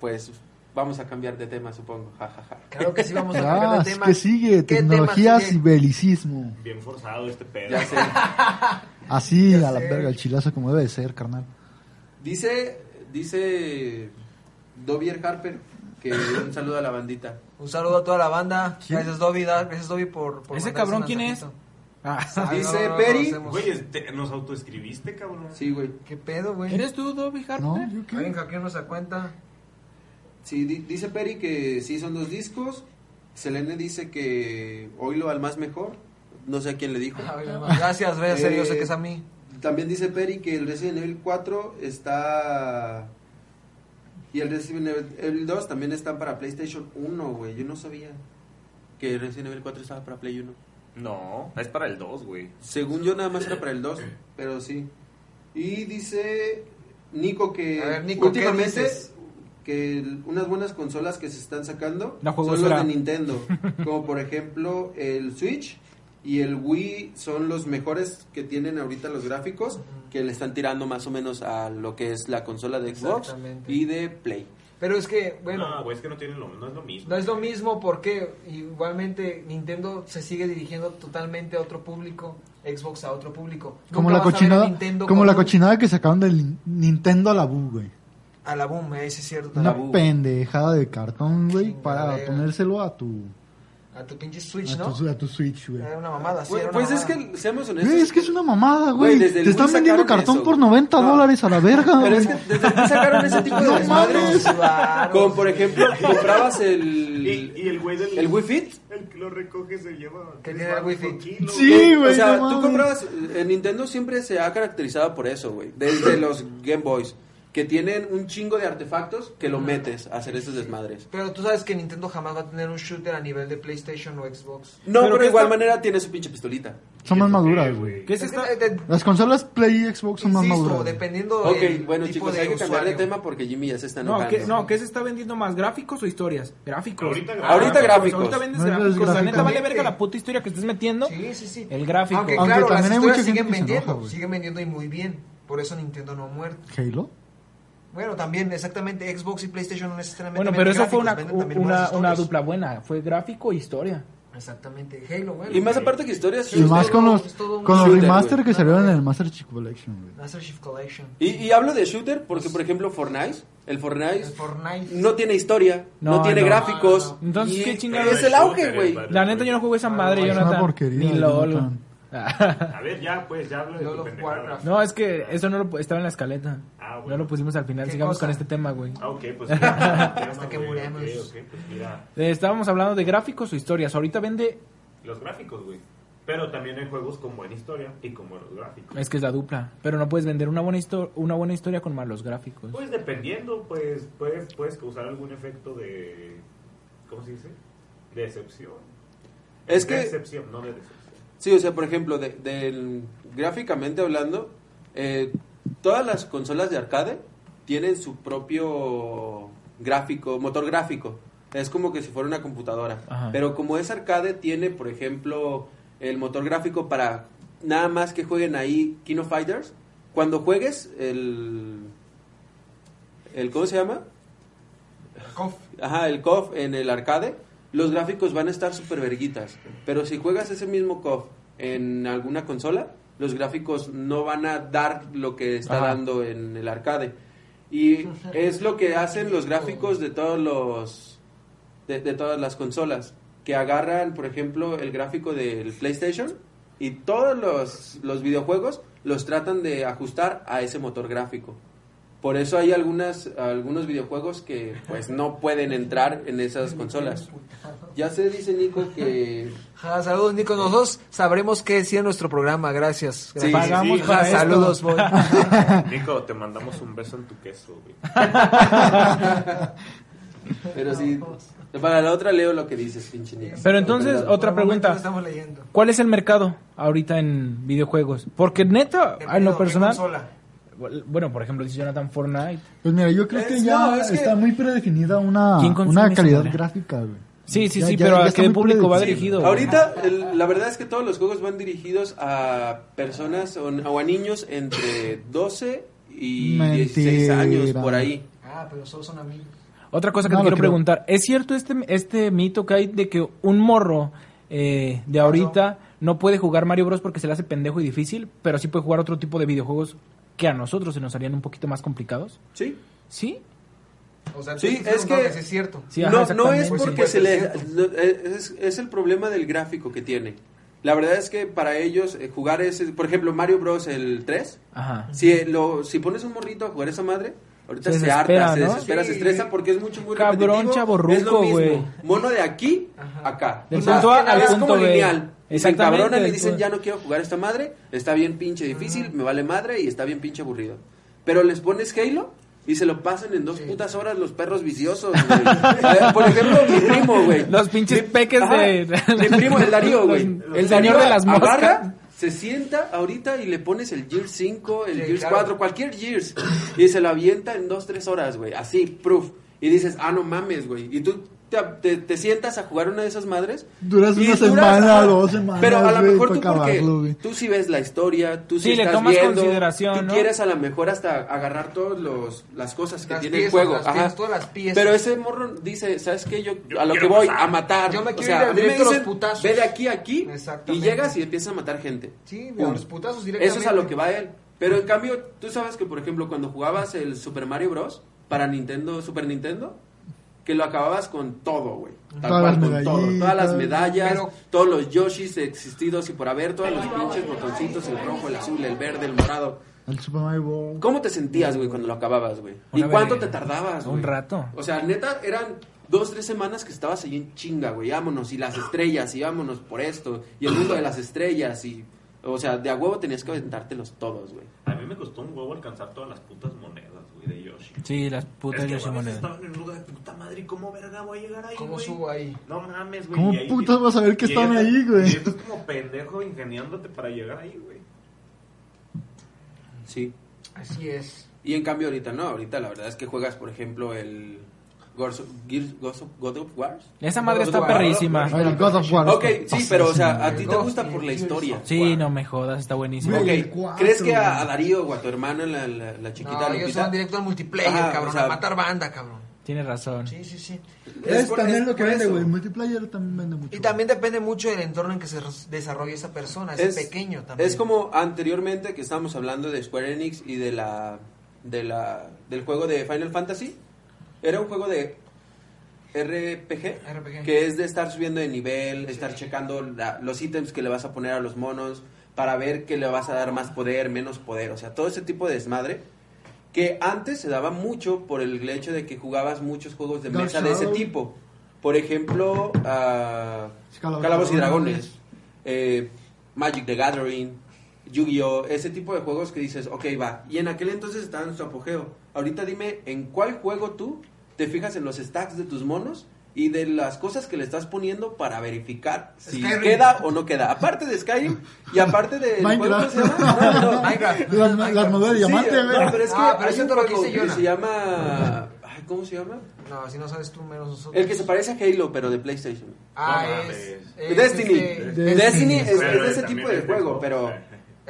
B: pues Vamos a cambiar de tema, supongo. Ja, ja, ja.
C: Claro que sí, vamos a cambiar
F: Ah,
C: de tema.
F: que sigue,
C: ¿Qué
F: tecnologías
C: tema sigue?
F: y belicismo.
D: Bien forzado este pedo.
B: Ya sé.
F: Así,
C: Ya
F: a la
C: sé.
F: verga, el chilazo como debe de ser, carnal.
B: Dice, dice Dovier Harper que un saludo a la bandita.
C: Un saludo a toda la banda. Gracias, Dobby. da- Gracias, Dobby, por. por
G: ¿Ese
C: mandarse
G: cabrón
C: un
G: quién es?
C: mensajito.
G: Ah,
C: Ah,
B: Dice
C: no, no, no
B: Peri-
C: conocemos.
D: Güey, este, nos autoescribiste, cabrón.
B: Sí, güey.
C: ¿Qué pedo, güey?
G: ¿Eres tú, Dobby Harper?
F: ¿No? ¿Yo qué?
C: Alguien hackearnos a cuenta.
B: Sí, di- dice Peri que sí son dos discos. Selene dice que oílo al más mejor. No sé a quién le dijo.
C: Ah, bueno, Gracias, gracias, serio, yo sé que es a mí.
B: También dice Peri que el Resident Evil 4 está... Y el Resident Evil 2 también están para PlayStation 1, güey. Yo no sabía que el Resident Evil 4 estaba para Play 1.
D: No, es para el 2, güey.
B: Según yo nada más era para el 2, pero sí. Y dice Nico que
C: A ver, Nico, ¿qué
B: últimamente
C: dices?
B: que el- unas buenas consolas que se están sacando
G: La
B: son
G: juegosfera.
B: los de Nintendo, como por ejemplo el Switch y el Wii son los mejores que tienen ahorita los gráficos que le están tirando más o menos a lo que es la consola de Xbox
C: Exactamente.
B: y de Play.
C: Pero es que, bueno,
D: no, güey, es que no, tienen lo, no es lo mismo.
C: No es lo mismo porque igualmente Nintendo se sigue dirigiendo totalmente a otro público, Xbox a otro público.
F: Como
C: Nunca
F: la
C: vas a ver a
F: cochinada,
C: Nintendo
F: como
C: con
F: la
C: un-
F: cochinada que sacaron del Nintendo a la Bu, güey.
C: A la boom, eh, sí es cierto.
F: Una
B: Tabú.
F: pendejada de cartón, güey,
C: Chinga la
F: para
C: verga.
F: ponérselo a tu
C: A tu pinche Switch,
F: a
C: ¿no? Ah,
F: tu, a tu Switch, güey.
C: Era una mamada, sí,
B: Güey,
C: era una
B: pues es
C: mamada.
B: que seamos honestos.
F: Güey, es que es una mamada,
B: Güey,
F: güey.
B: desde el
F: Te están
B: Wii
F: vendiendo
B: sacaron
F: cartón
B: eso,
F: por
B: güey.
F: 90
B: No.
F: dólares a la verga,
B: Pero es
F: güey.
B: que desde que sacaron ese tipo de
F: No
B: desmadres,
F: mames.
C: Claro.
B: Como por ejemplo, comprabas
D: Y,
B: el,
D: y el güey del.
B: el Wii Fit.
D: El que lo recoge se lleva.
C: Que
D: tres
C: tiene el
D: baros por
C: wifi.
D: kilo,
F: Sí,
D: güey.
F: güey,
B: Eh, O sea,
F: no
B: tú
F: mames.
B: comprabas. eh, Nintendo siempre se ha caracterizado por eso, güey. Desde los Game Boys. Que tienen un chingo de artefactos que lo metes a hacer esos desmadres.
C: Pero tú sabes que Nintendo jamás va a tener un shooter a nivel de PlayStation o Xbox.
B: No, pero,
G: Pero
B: de
G: que
B: igual
G: esta-
B: manera tiene su pinche pistolita.
F: Son más
D: ¿Qué
F: maduras,
D: es,
F: güey.
G: ¿Qué es
C: Es que,
G: esta?
C: eh, de-
F: Las consolas Play y Xbox son más
C: Insisto,
F: maduras. güey.
C: dependiendo
B: Ok,
C: del
B: bueno
C: tipo
B: chicos,
C: de
B: hay que cambiar de
C: usuario.
B: tema porque Jimmy ya se está
G: No,
B: enojando.
G: ¿qué, no, ¿qué se está vendiendo más? ¿Gráficos o historias? Gráficos. Ah,
D: Ahorita gráficos.
B: Ahorita gráficos.
G: Ahorita vendes
F: No, no es
G: gráficos. La neta
F: gráfico.
G: vale verga la puta historia que estés metiendo.
C: Sí, sí, sí.
G: El gráfico.
C: Aunque,
F: Aunque
C: claro, las
F: también hay
C: historias
F: mucha gente
C: siguen
F: que se
C: vendiendo,
F: enoja, güey.
C: siguen vendiendo y muy bien. Por eso Nintendo no ha muerto.
F: Halo.
C: Bueno, también, exactamente, Xbox y PlayStation no necesariamente.
G: Bueno, pero eso fue
C: venden
G: una,
C: gráficos,
G: u-
C: venden también
G: una,
C: buenas
G: una
C: historias.
G: dupla buena. Fue gráfico e historia.
C: Exactamente, Halo, bueno.
B: Y más aparte que historias.
F: Y más con los,
C: es todo un
F: con los
B: shooter,
F: remaster
B: güey.
F: que salieron en el Master Chief Collection, güey.
C: Master Chief Collection.
B: Y, y hablo de shooter porque, por ejemplo, Fortnite. El Fortnite.
C: El Fortnite.
B: No tiene historia, no,
G: No,
B: tiene
G: no.
B: gráficos.
G: No, no. Entonces,
B: y
G: ¿qué chingados?
B: Es el auge, güey.
G: La neta, yo no jugué esa madre,
F: Es
G: Jonathan.
F: una porquería.
G: Ni LOL.
F: Jonathan.
D: A ver, ya, pues, ya habla de
C: Lord
D: tu
C: of
D: pendejada.
C: Warcraft.
G: No, es que eso no lo pu- estaba en la escaleta.
D: Ah, bueno.
G: No lo pusimos al final.
C: ¿Qué
G: Sigamos
C: cosa?
G: con este tema, güey.
D: Ah, ok, pues. Hasta
C: que muramos.
D: Ok, ok, pues mira.
G: Eh, estábamos hablando de gráficos o historias. Ahorita vende.
D: Los gráficos, güey. Pero también hay juegos con buena historia y con buenos gráficos.
G: Es que es la dupla. Pero no puedes vender una buena, histo- una buena historia con malos gráficos.
D: Pues dependiendo, pues puedes, puedes causar algún efecto de. ¿Cómo se dice? De decepción.
B: Es que-
D: Decepción, no de decepción.
B: Sí, o sea, por ejemplo, de, del- gráficamente hablando, eh, todas las consolas de arcade tienen su propio gráfico, motor gráfico. Es como que si fuera una computadora.
G: Ajá.
B: Pero como es arcade, tiene, por ejemplo, el motor gráfico para nada más que jueguen ahí Kino Fighters. Cuando juegues el, el ¿cómo se llama?
C: Cof.
B: Ajá, el COF en el arcade, los gráficos van a estar súper verguitas. Pero si juegas ese mismo COF en alguna consola, los gráficos no van a dar lo que está
G: Ajá.
B: dando en el arcade. Y es lo que hacen los gráficos de todos los. de, de todas las consolas. Que agarran, por ejemplo, el gráfico del PlayStation y todos los, los videojuegos los tratan de ajustar a ese motor gráfico. Por eso hay algunas, algunos videojuegos que pues no pueden entrar en esas consolas. Ya se dice Nico que
C: Ja, saludos, Nico. Nosotros sabremos qué decía nuestro programa. Gracias.
B: Sí,
C: Gracias.
G: Pagamos
D: sí,
G: para
C: Ja,
G: esto.
C: saludos, boy.
D: Nico, te mandamos un beso en tu queso, güey.
B: pero sí para la otra leo lo que dices, pinche Nico.
G: Pero entonces,
B: Perdón.
G: otra
C: Por el
G: pregunta.
C: momento lo Estamos leyendo.
G: ¿Cuál es el mercado ahorita en videojuegos? Porque neta, Ah, en
C: Dependiendo,
G: lo
C: ¿qué
G: personal,
C: consola?
G: bueno, por ejemplo, dice Jonathan Fortnite.
F: Pues mira, yo creo que
B: Es-
F: ya
B: no, es que-
F: está muy predefinida una,
G: ¿Quién consume
F: una
G: esa
F: calidad
G: madre?
F: gráfica, güey.
G: Sí, sí,
F: Ya-
G: sí,
F: ya-
G: pero
F: ya
G: ¿a
F: está
G: qué
F: muy
G: público va
F: predecible.
G: dirigido? güey?
B: Ahorita el- la verdad es que todos los juegos van dirigidos a personas o, o a niños entre 12 y 16 años
F: Mentira.
B: por ahí.
C: Ah, pero solo son amigos.
G: Otra cosa que te
F: No, lo
G: quiero
F: creo.
G: preguntar, ¿es cierto este, este mito que hay de que un morro eh, de ahorita no puede jugar Mario Bros porque se le hace pendejo y difícil, pero sí puede jugar otro tipo de videojuegos que a nosotros se nos harían un poquito más complicados?
B: Sí.
G: ¿Sí?
C: O sea,
B: Sí,
C: entonces,
B: es
C: no,
B: que-
C: Es cierto.
G: Sí, ajá,
B: no, no
G: exactamente. Pues
B: es
C: Por
E: Pues
B: porque se le... eh,
C: supuesto,
B: Es, es el problema del gráfico que tiene. La verdad es que para ellos eh, jugar ese... Por ejemplo, Mario Bros. el 3.
G: Ajá.
B: Si, eh, lo, si pones un morrito a jugar esa madre... Ahorita
G: Se
B: se,
G: desespera,
B: harta, se
G: ¿no?
B: desespera, se
C: Sí.
B: estresa porque es mucho, muy
G: Cabrón,
B: repetitivo.
G: chavorruco,
B: Es lo mismo.
G: güey.
B: Mono de aquí acá.
G: Del
B: O sea,
G: punto A
B: es que
G: al
B: es
G: punto
B: como
G: B.
B: lineal. Y se
G: Exactamente,
B: encabronan y
G: del
B: dicen,
G: punto-
B: ya no quiero jugar esta madre, está bien pinche difícil, me vale madre y está bien pinche aburrido. Pero les pones Halo y se lo pasan en dos putas horas los perros viciosos, güey. A ver, Por ejemplo, mi primo, güey.
G: Los pinches peques de-
B: Mi primo, el Darío, güey.
G: Los- el señor de las moscas.
B: agarra, se sienta ahorita y le pones el Gears 5, el
C: Sí,
B: Gears
C: claro.
B: 4, cualquier Gears. Y se lo avienta en dos, tres horas, güey. Así, proof. Y dices, ah, no mames, güey. Y tú te, te- te sientas a jugar una de esas madres.
F: Duras
B: y
F: una semana,
B: ajá.
F: dos semanas,
B: Pero a lo
F: güey,
B: mejor
F: para
B: tú, porque
F: acabarlo, güey.
B: tú sí ves la historia, tú sí,
G: Sí, le
B: estás
G: tomas
B: viendo,
G: consideración,
B: Tú
G: ¿no?
B: quieres a lo mejor hasta agarrar todas las cosas que
C: Las
B: tiene
C: piezas,
B: el juego.
C: las
B: ajá.
C: piezas, todas las piezas.
B: Pero ese morro dice, ¿sabes qué? Yo, a lo que voy, a matar.
C: Yo me
B: O
C: quiero
B: sea,
C: ir
B: a mí me
C: directo a los
B: dicen,
C: putazos.
B: Ve de aquí a aquí y
C: Exactamente.
B: llegas y empiezas a matar gente.
C: Sí,
B: Pum.
C: a los putazos directamente.
B: Eso es a lo que va él. Pero en cambio, tú sabes que, por ejemplo, cuando jugabas el Super Mario Bros. para Nintendo, Super Nintendo, que lo acababas con todo, güey. Tal
F: Todas
B: cual, con
F: las
B: todo. Todas las
F: medallitas.
B: medallas,
C: Pero-
B: todos los Yoshis existidos y por haber, todos los pinches botoncitos, el rojo, el azul, el verde, el morado.
F: El Super Mario Bros.
B: ¿Cómo te sentías, güey, cuando lo acababas, güey? ¿Y
G: Una
B: cuánto te
G: verga.
B: tardabas, güey?
G: Un rato.
B: O sea, neta, eran dos, tres semanas que estabas ahí en chinga, güey. Vámonos, y las estrellas, y vámonos por esto, y el mundo de las estrellas, y... O sea, de a huevo tenías que aventártelos todos, güey.
D: A mí me costó un huevo alcanzar todas las putas monedas, güey, de Yoshi.
G: Sí, las
D: es
G: putas
D: que,
G: Yoshi
D: mames,
G: Monedas.
D: Estaban en un lugar de puta madre, ¿cómo verga voy a llegar ahí,
C: ¿Cómo
D: güey?
C: subo ahí?
D: No mames, güey.
F: ¿Cómo
D: y ahí-
F: putas vas a ver que
D: y
F: están
D: estás-
F: ahí, güey?
D: Y estás como pendejo ingeniándote para llegar ahí, güey.
B: Sí.
C: Así es.
B: Y en cambio ahorita no, ahorita la verdad es que juegas, por ejemplo, el... Gears of- Gears- Ghost of- God of Wars.
G: Esa madre está
C: Los
G: perrísima.
F: Ay, el God Eh, of War.
B: Ok,
F: está
B: sí, pero o sea, a
F: pasadísimo.
B: ti te gusta por la historia.
G: Sí, no me jodas, está buenísimo.
F: Güey,
B: Ok,
F: el cuatro,
B: ¿crees que a,
F: güey.
B: a Darío o a tu hermana, la, la, la chiquita
C: No, ellos
B: Lupita?
C: van directo al multiplayer,
B: Ajá,
C: cabrón.
B: o sea-
C: a matar banda, cabrón.
G: Tienes razón.
C: Sí, sí, sí.
F: Es
B: por-
F: también lo que
B: por
F: vende,
B: eso.
F: güey. Multiplayer también vende mucho.
C: Y también depende mucho del entorno en que se res- desarrolle esa persona. Es, pequeño también.
B: Es como anteriormente que estábamos hablando de Square Enix y de la, de la del juego de Final Fantasy. Era un juego de RPG,
C: RPG.
B: que es de estar subiendo de nivel, estar checando la- los ítems que le vas a poner a los monos para ver que le vas a dar más poder, menos poder, o sea, todo ese tipo de desmadre que antes se daba mucho por el hecho de que jugabas muchos juegos de
F: Dark
B: mesa de ese
F: Shadow.
B: tipo. Por ejemplo, ah,
F: Calabozos y
B: Calabozos y Dragones,
F: Dragones.
B: eh, Magic the Gathering, Yu-Gi-Oh, ese tipo de juegos que dices, ok, va. Y en aquel entonces estaba en su apogeo. Ahorita dime, ¿en cuál juego tú te fijas en los stacks de tus monos? Y de las cosas que le estás poniendo para verificar si
C: Skyrim.
B: queda o no queda. Aparte de Skyrim y aparte de...
F: Minecraft.
C: Minecraft.
F: Las, las monedas de
B: Sí,
F: diamante,
B: no,
F: güey.
B: pero es que
C: Ah, pero
B: hay
C: eso
B: un
C: te lo
B: juego
C: dice
B: que
C: Jonah.
B: se llama... ay, ¿Cómo se llama?
C: No, si no sabes tú, menos nosotros.
B: El que se parece a Halo, pero de PlayStation.
C: Ah,
D: No mames.
C: es,
B: Destiny.
C: este-
B: Destiny, es, es
D: Pero
B: de ese
D: también
B: tipo de
D: es
B: juego,
D: Xbox,
B: pero...
D: eh.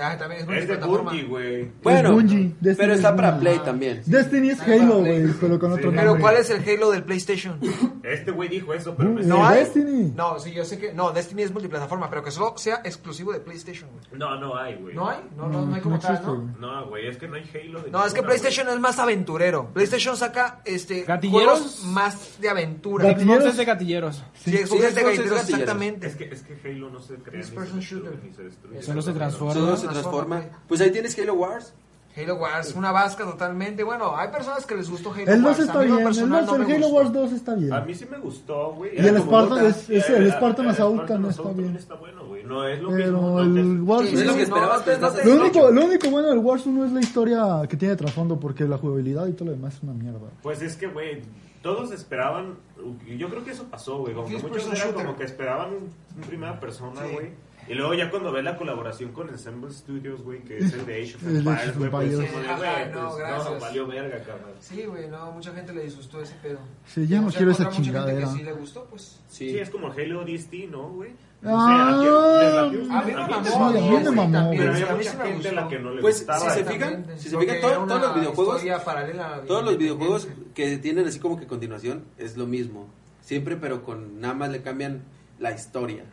C: Ah, también es
D: Es de
C: multiplataforma.
D: Bungie, güey.
B: Bueno,
F: Bungie, Destiny
B: pero
F: es
B: está para
F: Bungie.
B: Play también.
F: Destiny es
C: Ahí va,
F: Halo,
C: güey.
F: güey, pero con otro
D: Sí.
F: nombre.
C: Pero ¿cuál es el Halo del PlayStation?
D: Este güey dijo eso, pero
F: Uh,
D: no es...
F: ¿No
C: hay?
F: Destiny.
C: No, sí, yo sé que no, Destiny es multiplataforma, pero que solo sea exclusivo de PlayStation. güey.
D: No, no hay, güey.
C: No hay, no, no, no hay como
F: No
C: tal,
F: existe,
C: ¿no?
F: güey.
D: No, güey, es que no hay Halo. de
C: No, es que
D: ninguna,
C: PlayStation es más aventurero. PlayStation saca este
G: ¿Gatilleros?
C: juegos más de aventura.
F: Gat-
G: Xbox es de gatilleros.
C: Sí, Xbox
B: Sí,
C: es de
B: Xbox es
C: gatilleros,
B: gatilleros.
C: exactamente.
D: Es que, es que Halo no se crea ni
C: First
D: se,
C: person
D: destruye,
C: shooter.
D: ni se destruye.
G: Solo se transforma.
B: Todo se
C: Transforma, güey.
B: transforma. Pues ahí tienes Halo Wars.
C: Halo Wars, una vasca totalmente. Bueno, hay personas que les gustó Halo
F: El 2
C: Wars.
F: está
C: a mí en lo
F: bien, el, 2, el
C: personal no me
F: Halo
C: gustó.
F: Wars 2 está bien.
D: A mí sí me gustó, güey.
F: Y el
D: Era como
F: Spartan,
D: Dota.
F: es, es el
D: Era-
F: Spartan Assault
D: Spartan
F: no está
D: Assault
F: bien.
D: está bueno, güey. No es lo mismo.
F: Pero
D: no te-
F: el Wars
C: Sí,
B: No es lo
C: sí,
B: que
C: no,
B: esperabas, pero
C: no
B: estás
C: te-
F: Lo
B: satisfecho.
F: único, lo único bueno del Wars 1 es la historia que tiene de trasfondo, porque la jugabilidad y todo lo demás es una mierda.
D: Pues es que, güey, todos esperaban. Yo creo que eso pasó, güey. Como que
C: First
D: muchos
C: person
D: era
C: shooter.
D: como que esperaban un, un primera persona,
C: Sí.
D: güey. Y luego ya cuando ves la colaboración con Ensemble Studios, güey, que es el de Age of
F: El de Age
D: Empires,
F: of
D: güey, pues,
F: Empires.
D: es como de,
C: Ajá,
D: güey,
C: no,
D: pues, no,
C: gracias.
D: valió verga, cabrón.
C: Sí, güey, no, mucha gente le disgustó ese pedo.
F: Sí, ya no
C: O sea,
F: quiero esa
C: habrá mucha gente
F: chingadera.
C: que sí le gustó, pues.
B: Sí.
D: Sí. es como Halo DST, ¿no, güey? No sé, ¿a quién les latió?
C: A mí me
D: A mí
C: mamó,
D: me
F: sí, a Ah. mí me
D: güey.
F: mamó, güey.
D: Pero había
C: A mí
D: mucha
C: sí me
D: gente a la que no le
B: Pues,
D: gustaba.
B: si se
D: esa-
B: fijan,
C: Exactamente.
B: si se
C: Creo
B: fijan,
C: que
B: todo-
C: era
B: todos
C: una
B: los videojuegos-
C: historia paralela a la
B: Todos los videojuegos
C: independencia.
B: que tienen así como que continuación es lo mismo. Siempre, pero con nada más le cambian la historia.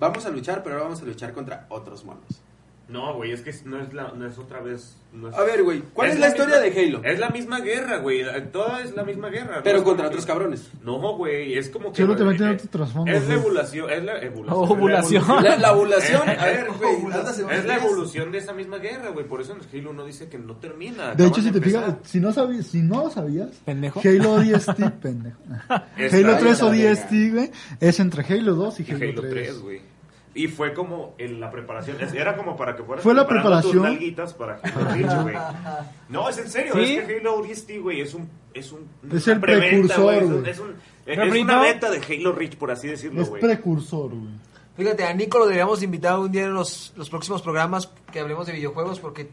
B: Vamos a luchar, pero ahora vamos a luchar contra otros monos.
D: No, güey, es que no es, la, no es otra vez. no es-
B: A ver, güey, ¿cuál es, la, historia
D: misma-
B: de Halo?
D: Es la misma guerra, güey. eh, Toda es la misma guerra.
B: Pero
D: No es
B: contra
D: como
B: otros
D: que-
B: cabrones.
D: No, güey, es como que.
F: Solo te meten
D: eh,
F: otro trasfondo,
D: Es la
F: güey.
D: evolución. Es la evolución.
G: Ovulación.
D: la
B: La, la ovulación, a ver,
D: Es-
B: güey, andas en
D: Es la
B: teorías.
D: evolución de esa misma guerra, güey. Por eso en Halo uno dice que no termina.
F: De
D: acaban
F: hecho, si te
D: empezar.
F: fijas, si no, sabías, si no lo sabías,
G: Pendejo.
F: Halo DST, pendejo. Halo 3 o
B: la verga.
F: DST, güey, es entre Halo 2 y
D: Y
F: Halo,
D: Halo
F: 3.
D: 3, güey. Y fue como en la preparación. es- Era como para que fueras
F: Fue la
D: preparando tus
F: preparación.
D: nalguitas para Halo Reach, güey. No, es en serio.
G: ¿Sí?
D: Es que Halo DST, güey, es un... Es, un,
F: Es
D: una
F: el
D: preventa,
F: precursor,
D: güey, es un-
F: güey.
D: Es, un- es
G: ¿Refrito?
D: una beta de Halo Reach, por así decirlo,
F: es
D: güey.
F: precursor, güey.
C: Fíjate, a Nico lo deberíamos invitar un día en los, los próximos programas que hablemos de videojuegos porque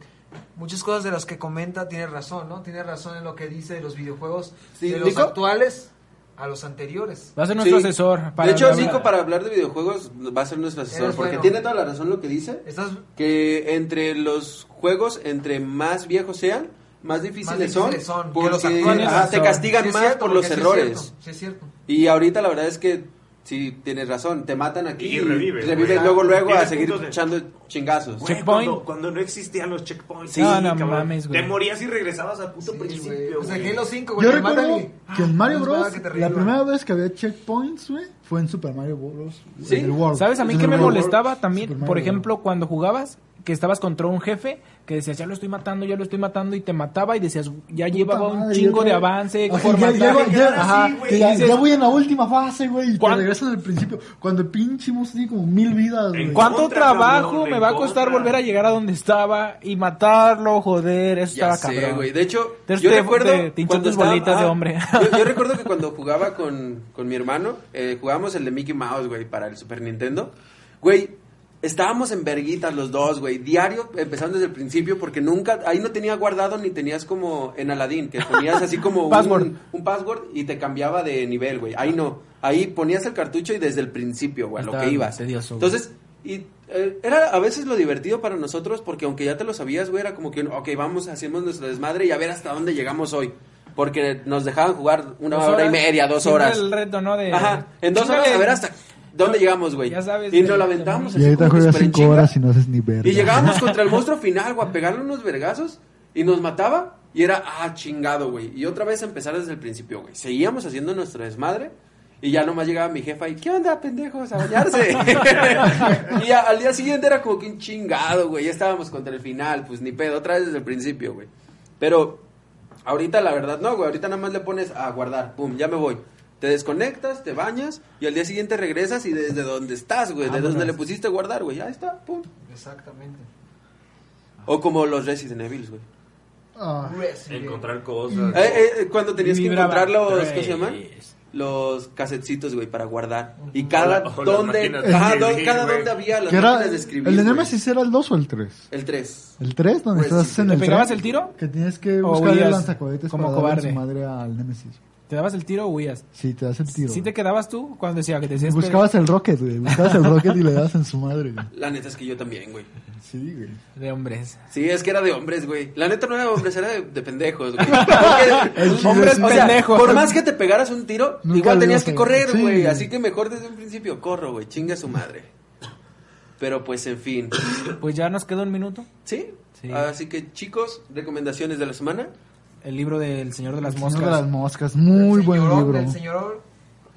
C: muchas cosas de las que comenta tiene razón, ¿no? Tiene razón en lo que dice de los videojuegos,
B: Sí,
C: de los
B: Nico.
C: actuales a los anteriores.
G: Va a ser nuestro
B: Sí.
G: asesor.
B: de hecho,
G: hablar-
B: Nico, para hablar de videojuegos, va a ser nuestro asesor.
C: Eres
B: Porque
C: bueno.
B: tiene toda la razón lo que dice.
C: Estás
B: Que entre los juegos, entre más viejos sean, más difíciles,
C: difíciles son
B: son.
C: que
B: Porque
C: los actuales.
B: ah, te castigan
C: Sí, es
B: más
C: cierto,
B: por los
C: porque sí es
B: errores.
C: cierto, Sí es cierto.
B: Y ahorita la verdad es que sí tienes razón, te matan aquí
D: Y revives,
B: revives
D: güey.
B: luego luego a
D: Tienes
B: seguir
D: puntos de-
B: echando chingazos.
D: Güey,
G: Checkpoint.
D: Cuando, cuando no existían los checkpoints.
G: Sí, no, no
D: cabrón.
G: mames, güey.
D: Te morías y regresabas al puto
C: Sí, güey.
D: principio,
C: Pues en
D: güey.
C: Halo 5, güey,
F: Yo
C: te matan
F: recuerdo
C: y-
F: que en Mario
C: Ah,
F: Bros.
C: que te
F: la
C: revivan.
F: primera vez que había checkpoints, güey, fue en Super Mario Bros. güey,
B: Sí.
F: en el World.
G: ¿Sabes a mí
F: En
G: que
F: el
G: me
F: World.
G: molestaba también?
F: Super Mario
G: Por
F: World.
G: ejemplo, cuando jugabas, que estabas contra un jefe que decías, ya lo estoy matando, ya lo estoy matando, y te mataba y decías, ya
F: Puta
G: llevaba un
F: madre,
G: chingo
F: yo
G: de
F: creo-
G: avance.
F: Ajá,
G: por
F: ya,
G: matar.
F: ya- ya-
D: quedar
F: ajá,
D: así, güey,
F: que ya-
G: dices-
F: ya voy en la última fase, güey, y te
G: ¿Cuán-
F: regresas al principio. Cuando el pinche monstruo tiene como mil vidas, güey.
D: ¿Cuán-
G: ¿Cuánto
D: Contra,
G: trabajo
D: cabrón,
G: me va a costar
D: contra.
G: volver a llegar a donde estaba y matarlo? Joder, eso
B: Ya
G: estaba
B: sé,
G: cabrón.
B: güey. De hecho,
G: Entonces
B: yo
G: te-
B: recuerdo
G: te- te hinchó
B: cuando ah,
G: tus bolitas de hombre.
B: Yo, yo recuerdo que cuando jugaba con, con mi hermano, eh, jugábamos el de Mickey Mouse, güey, para el Super Nintendo. Güey, estábamos en verguitas los dos, güey, diario, empezando desde el principio, porque nunca, ahí no tenía guardado ni tenías como en Aladdin, que ponías así como
G: Password.
B: Un, un password y te cambiaba de nivel, güey. Ahí no, ahí ponías el cartucho y desde el principio, güey, a lo
G: Estaba
B: que ibas.
G: tedioso, güey.
B: Entonces, y eh, era a veces lo divertido para nosotros porque aunque ya te lo sabías, güey, era como que, ok, vamos, hacemos nuestro desmadre y a ver hasta dónde llegamos hoy. Porque nos dejaban jugar una
G: Dos
B: hora y
G: horas.
B: media, dos
G: Siempre
B: horas.
G: el reto, ¿no? De,
B: Ajá, en dos horas
G: Chíngale.
B: a ver hasta dónde llegamos, güey.
G: Ya sabes,
B: Y
G: de-
B: nos la aventábamos
F: Y ahorita
B: como que
F: juegas
B: súper en
F: 5 horas y
B: chinga.
F: no haces ni verga.
B: Y llegábamos contra el monstruo final, güey, a pegarle unos vergazos y nos mataba y era, ah, chingado, güey. Y otra vez empezar desde el principio, güey. Seguíamos haciendo nuestro desmadre y ya nomás llegaba mi jefa y, ¿qué onda, pendejos? A bañarse. y a- al día siguiente era como que un chingado, güey. Ya estábamos contra el final, pues ni pedo, otra vez desde el principio, güey. Pero ahorita la verdad no, güey. Ahorita nada más le pones a guardar, pum, ya me voy. Te desconectas, te bañas y al día siguiente regresas y desde donde estás, güey, de donde le pusiste guardar, güey, ya está, pum.
C: Exactamente.
B: O como los Resident Evil, güey.
F: Ah,
D: Encontrar cosas.
B: Eh, eh, eh, cuando tenías que
G: Vibraba.
B: encontrar los, ¿cómo
G: Tres.
B: se llama? Los casetcitos, güey, para guardar. Y cada
D: O la- o las
B: donde,
D: máquinas de
B: ajá, do-
D: escribir,
B: cada
D: güey.
B: donde había las
F: que era,
B: máquinas de escribir.
F: ¿El de
B: güey.
F: Nemesis era el 2 o el 3?
B: El 3.
F: ¿El 3? ¿Donde
B: Pues,
F: estás
B: sí.
F: en
G: ¿Le
F: el
G: pegabas
F: tren?
G: el tiro?
F: Que tienes que
G: ¿O
F: buscar
G: huías
F: el lanzacohetes
G: como
F: para darle en
G: cobarde?
F: su madre al Nemesis.
G: ¿Te dabas el tiro o huías?
F: Sí, te das el tiro.
G: ¿Sí
F: güey.
G: te quedabas tú cuando decía que te
C: Este-
G: decías?
F: Buscabas el Rocket, güey. Buscabas el Rocket y le dabas en su madre, güey.
B: La neta es que yo también, güey.
F: Sí, güey.
G: De hombres.
B: Sí, es que era de hombres, güey. La neta no era de hombres, era de, de pendejos, güey. Porque-
F: El chile
B: hombres
F: es-
B: o sea,
G: pendejos.
B: Por más que te pegaras un tiro,
F: Nunca
B: igual
F: lo
B: tenías
F: ibas
B: que
F: a-
B: correr,
F: sí,
B: güey.
F: güey.
B: Así que mejor desde un principio, corro, güey. Chinga su madre. Pero pues, en fin.
G: Pues ya nos queda un minuto.
B: ¿Sí?
G: Sí.
B: Así que, chicos, recomendaciones de la semana.
G: El libro del Señor de las
F: El Señor
G: Moscas.
F: de las moscas. Muy buen libro.
C: El señor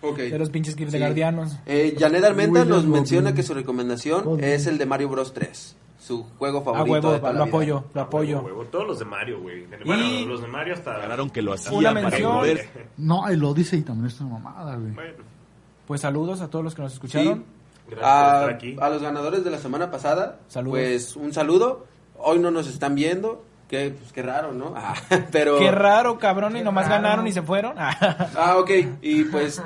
B: Ok.
G: De los pinches
B: Sí.
G: guardianos
B: Eh, Janet Armenta
F: William
B: nos menciona
F: Goblin.
B: que su recomendación
F: Goblin.
B: es el de Mario Bros 3, su juego
E: Ah,
G: A
B: favorito.
G: huevo,
B: de
G: Ah,
B: toda la
G: lo
B: vida. Ah,
G: apoyo, lo
D: Huevo,
G: apoyo.
D: huevo. Todos los de Mario, güey. Bueno,
G: Y-
D: los de Mario hasta
H: Aclararon que lo
G: Una
H: hacía para
G: mención.
H: poder
F: No, el Odyssey también es una mamada, güey.
D: Bueno,
G: Pues saludos a todos los que nos escucharon.
B: Sí.
D: gracias
B: A,
D: por estar aquí.
B: a los ganadores de la semana pasada,
G: Saludos.
B: pues un saludo. Hoy no nos están viendo, que pues, qué raro, ¿no? Ah, pero
G: Qué raro, cabrón, y
C: Qué
G: nomás
C: raro.
G: ganaron y se fueron. Ah,
B: Ah, ok, y pues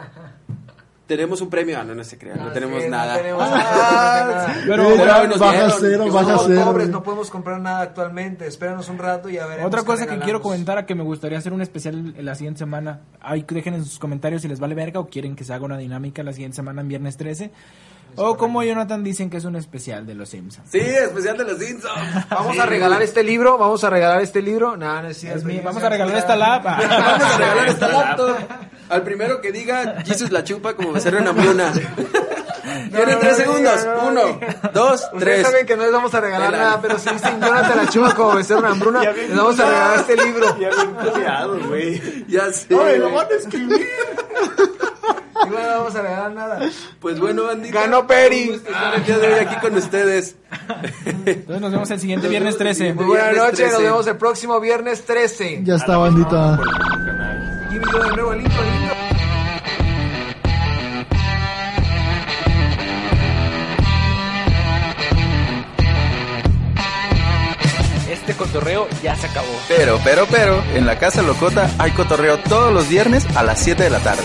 B: tenemos un premio. Ah, no, no se crean, no,
C: Ah,
B: tenemos
C: sí, no
B: nada.
C: tenemos nada, no tenemos nada.
E: Pero
F: Eh,
B: ahora nos
F: baja
B: dieron,
F: cero,
B: pues,
F: baja
C: Somos
F: cero.
C: pobres,
F: güey.
C: no podemos comprar nada actualmente. Espéranos un rato y ya veremos.
E: Otra
C: qué
E: cosa que
C: regalamos.
E: quiero comentar, a que me gustaría hacer un especial la siguiente semana. Ahí dejen en sus comentarios si les vale verga o quieren que se haga una dinámica la siguiente semana en viernes 13. O como Jonathan dicen que es un especial de los Simpsons.
B: Sí, especial de los Simpsons.
C: Vamos a regalar este libro, vamos a regalar este libro. Nada, no es cierto.
E: Es mi-
C: Yo
E: vamos
C: sé
E: a regalar
C: que-
E: esta lap.
B: Vamos a regalar esta laptop. Al primero que diga, Jesus la chupa como becerro en hambruna. Tienen
C: no
B: tres
C: lo diga,
B: segundos.
C: no lo
B: Uno, dos,
C: Ustedes
B: tres.
C: saben que no les vamos a regalar
B: Pelada.
C: nada, pero si dicen Jonathan la chupa como becerro en hambruna,
D: Ya ven.
C: les vamos a regalar este libro.
D: Ya bien cuidado, güey.
B: Ya sé. güey.
D: a escribir!
C: Y bueno, no vamos a regalar nada.
B: Pues bueno, bandita.
C: Ganó Peri.
B: Un gusto estar el día de hoy aquí con ustedes.
E: Entonces nos vemos el siguiente
B: Nos
E: viernes
B: vemos el
E: 13.
B: siguiente
C: Muy buena
B: Viernes
C: noche, nos
B: 13.
C: vemos el próximo viernes 13.
F: Ya está,
C: Ah,
F: bandita.
C: Jimmy, yo de nuevo el intro, el intro.
I: Este cotorreo ya se acabó.
J: Pero, pero, pero, en la Casa Locota hay cotorreo todos los viernes a las 7 de la tarde.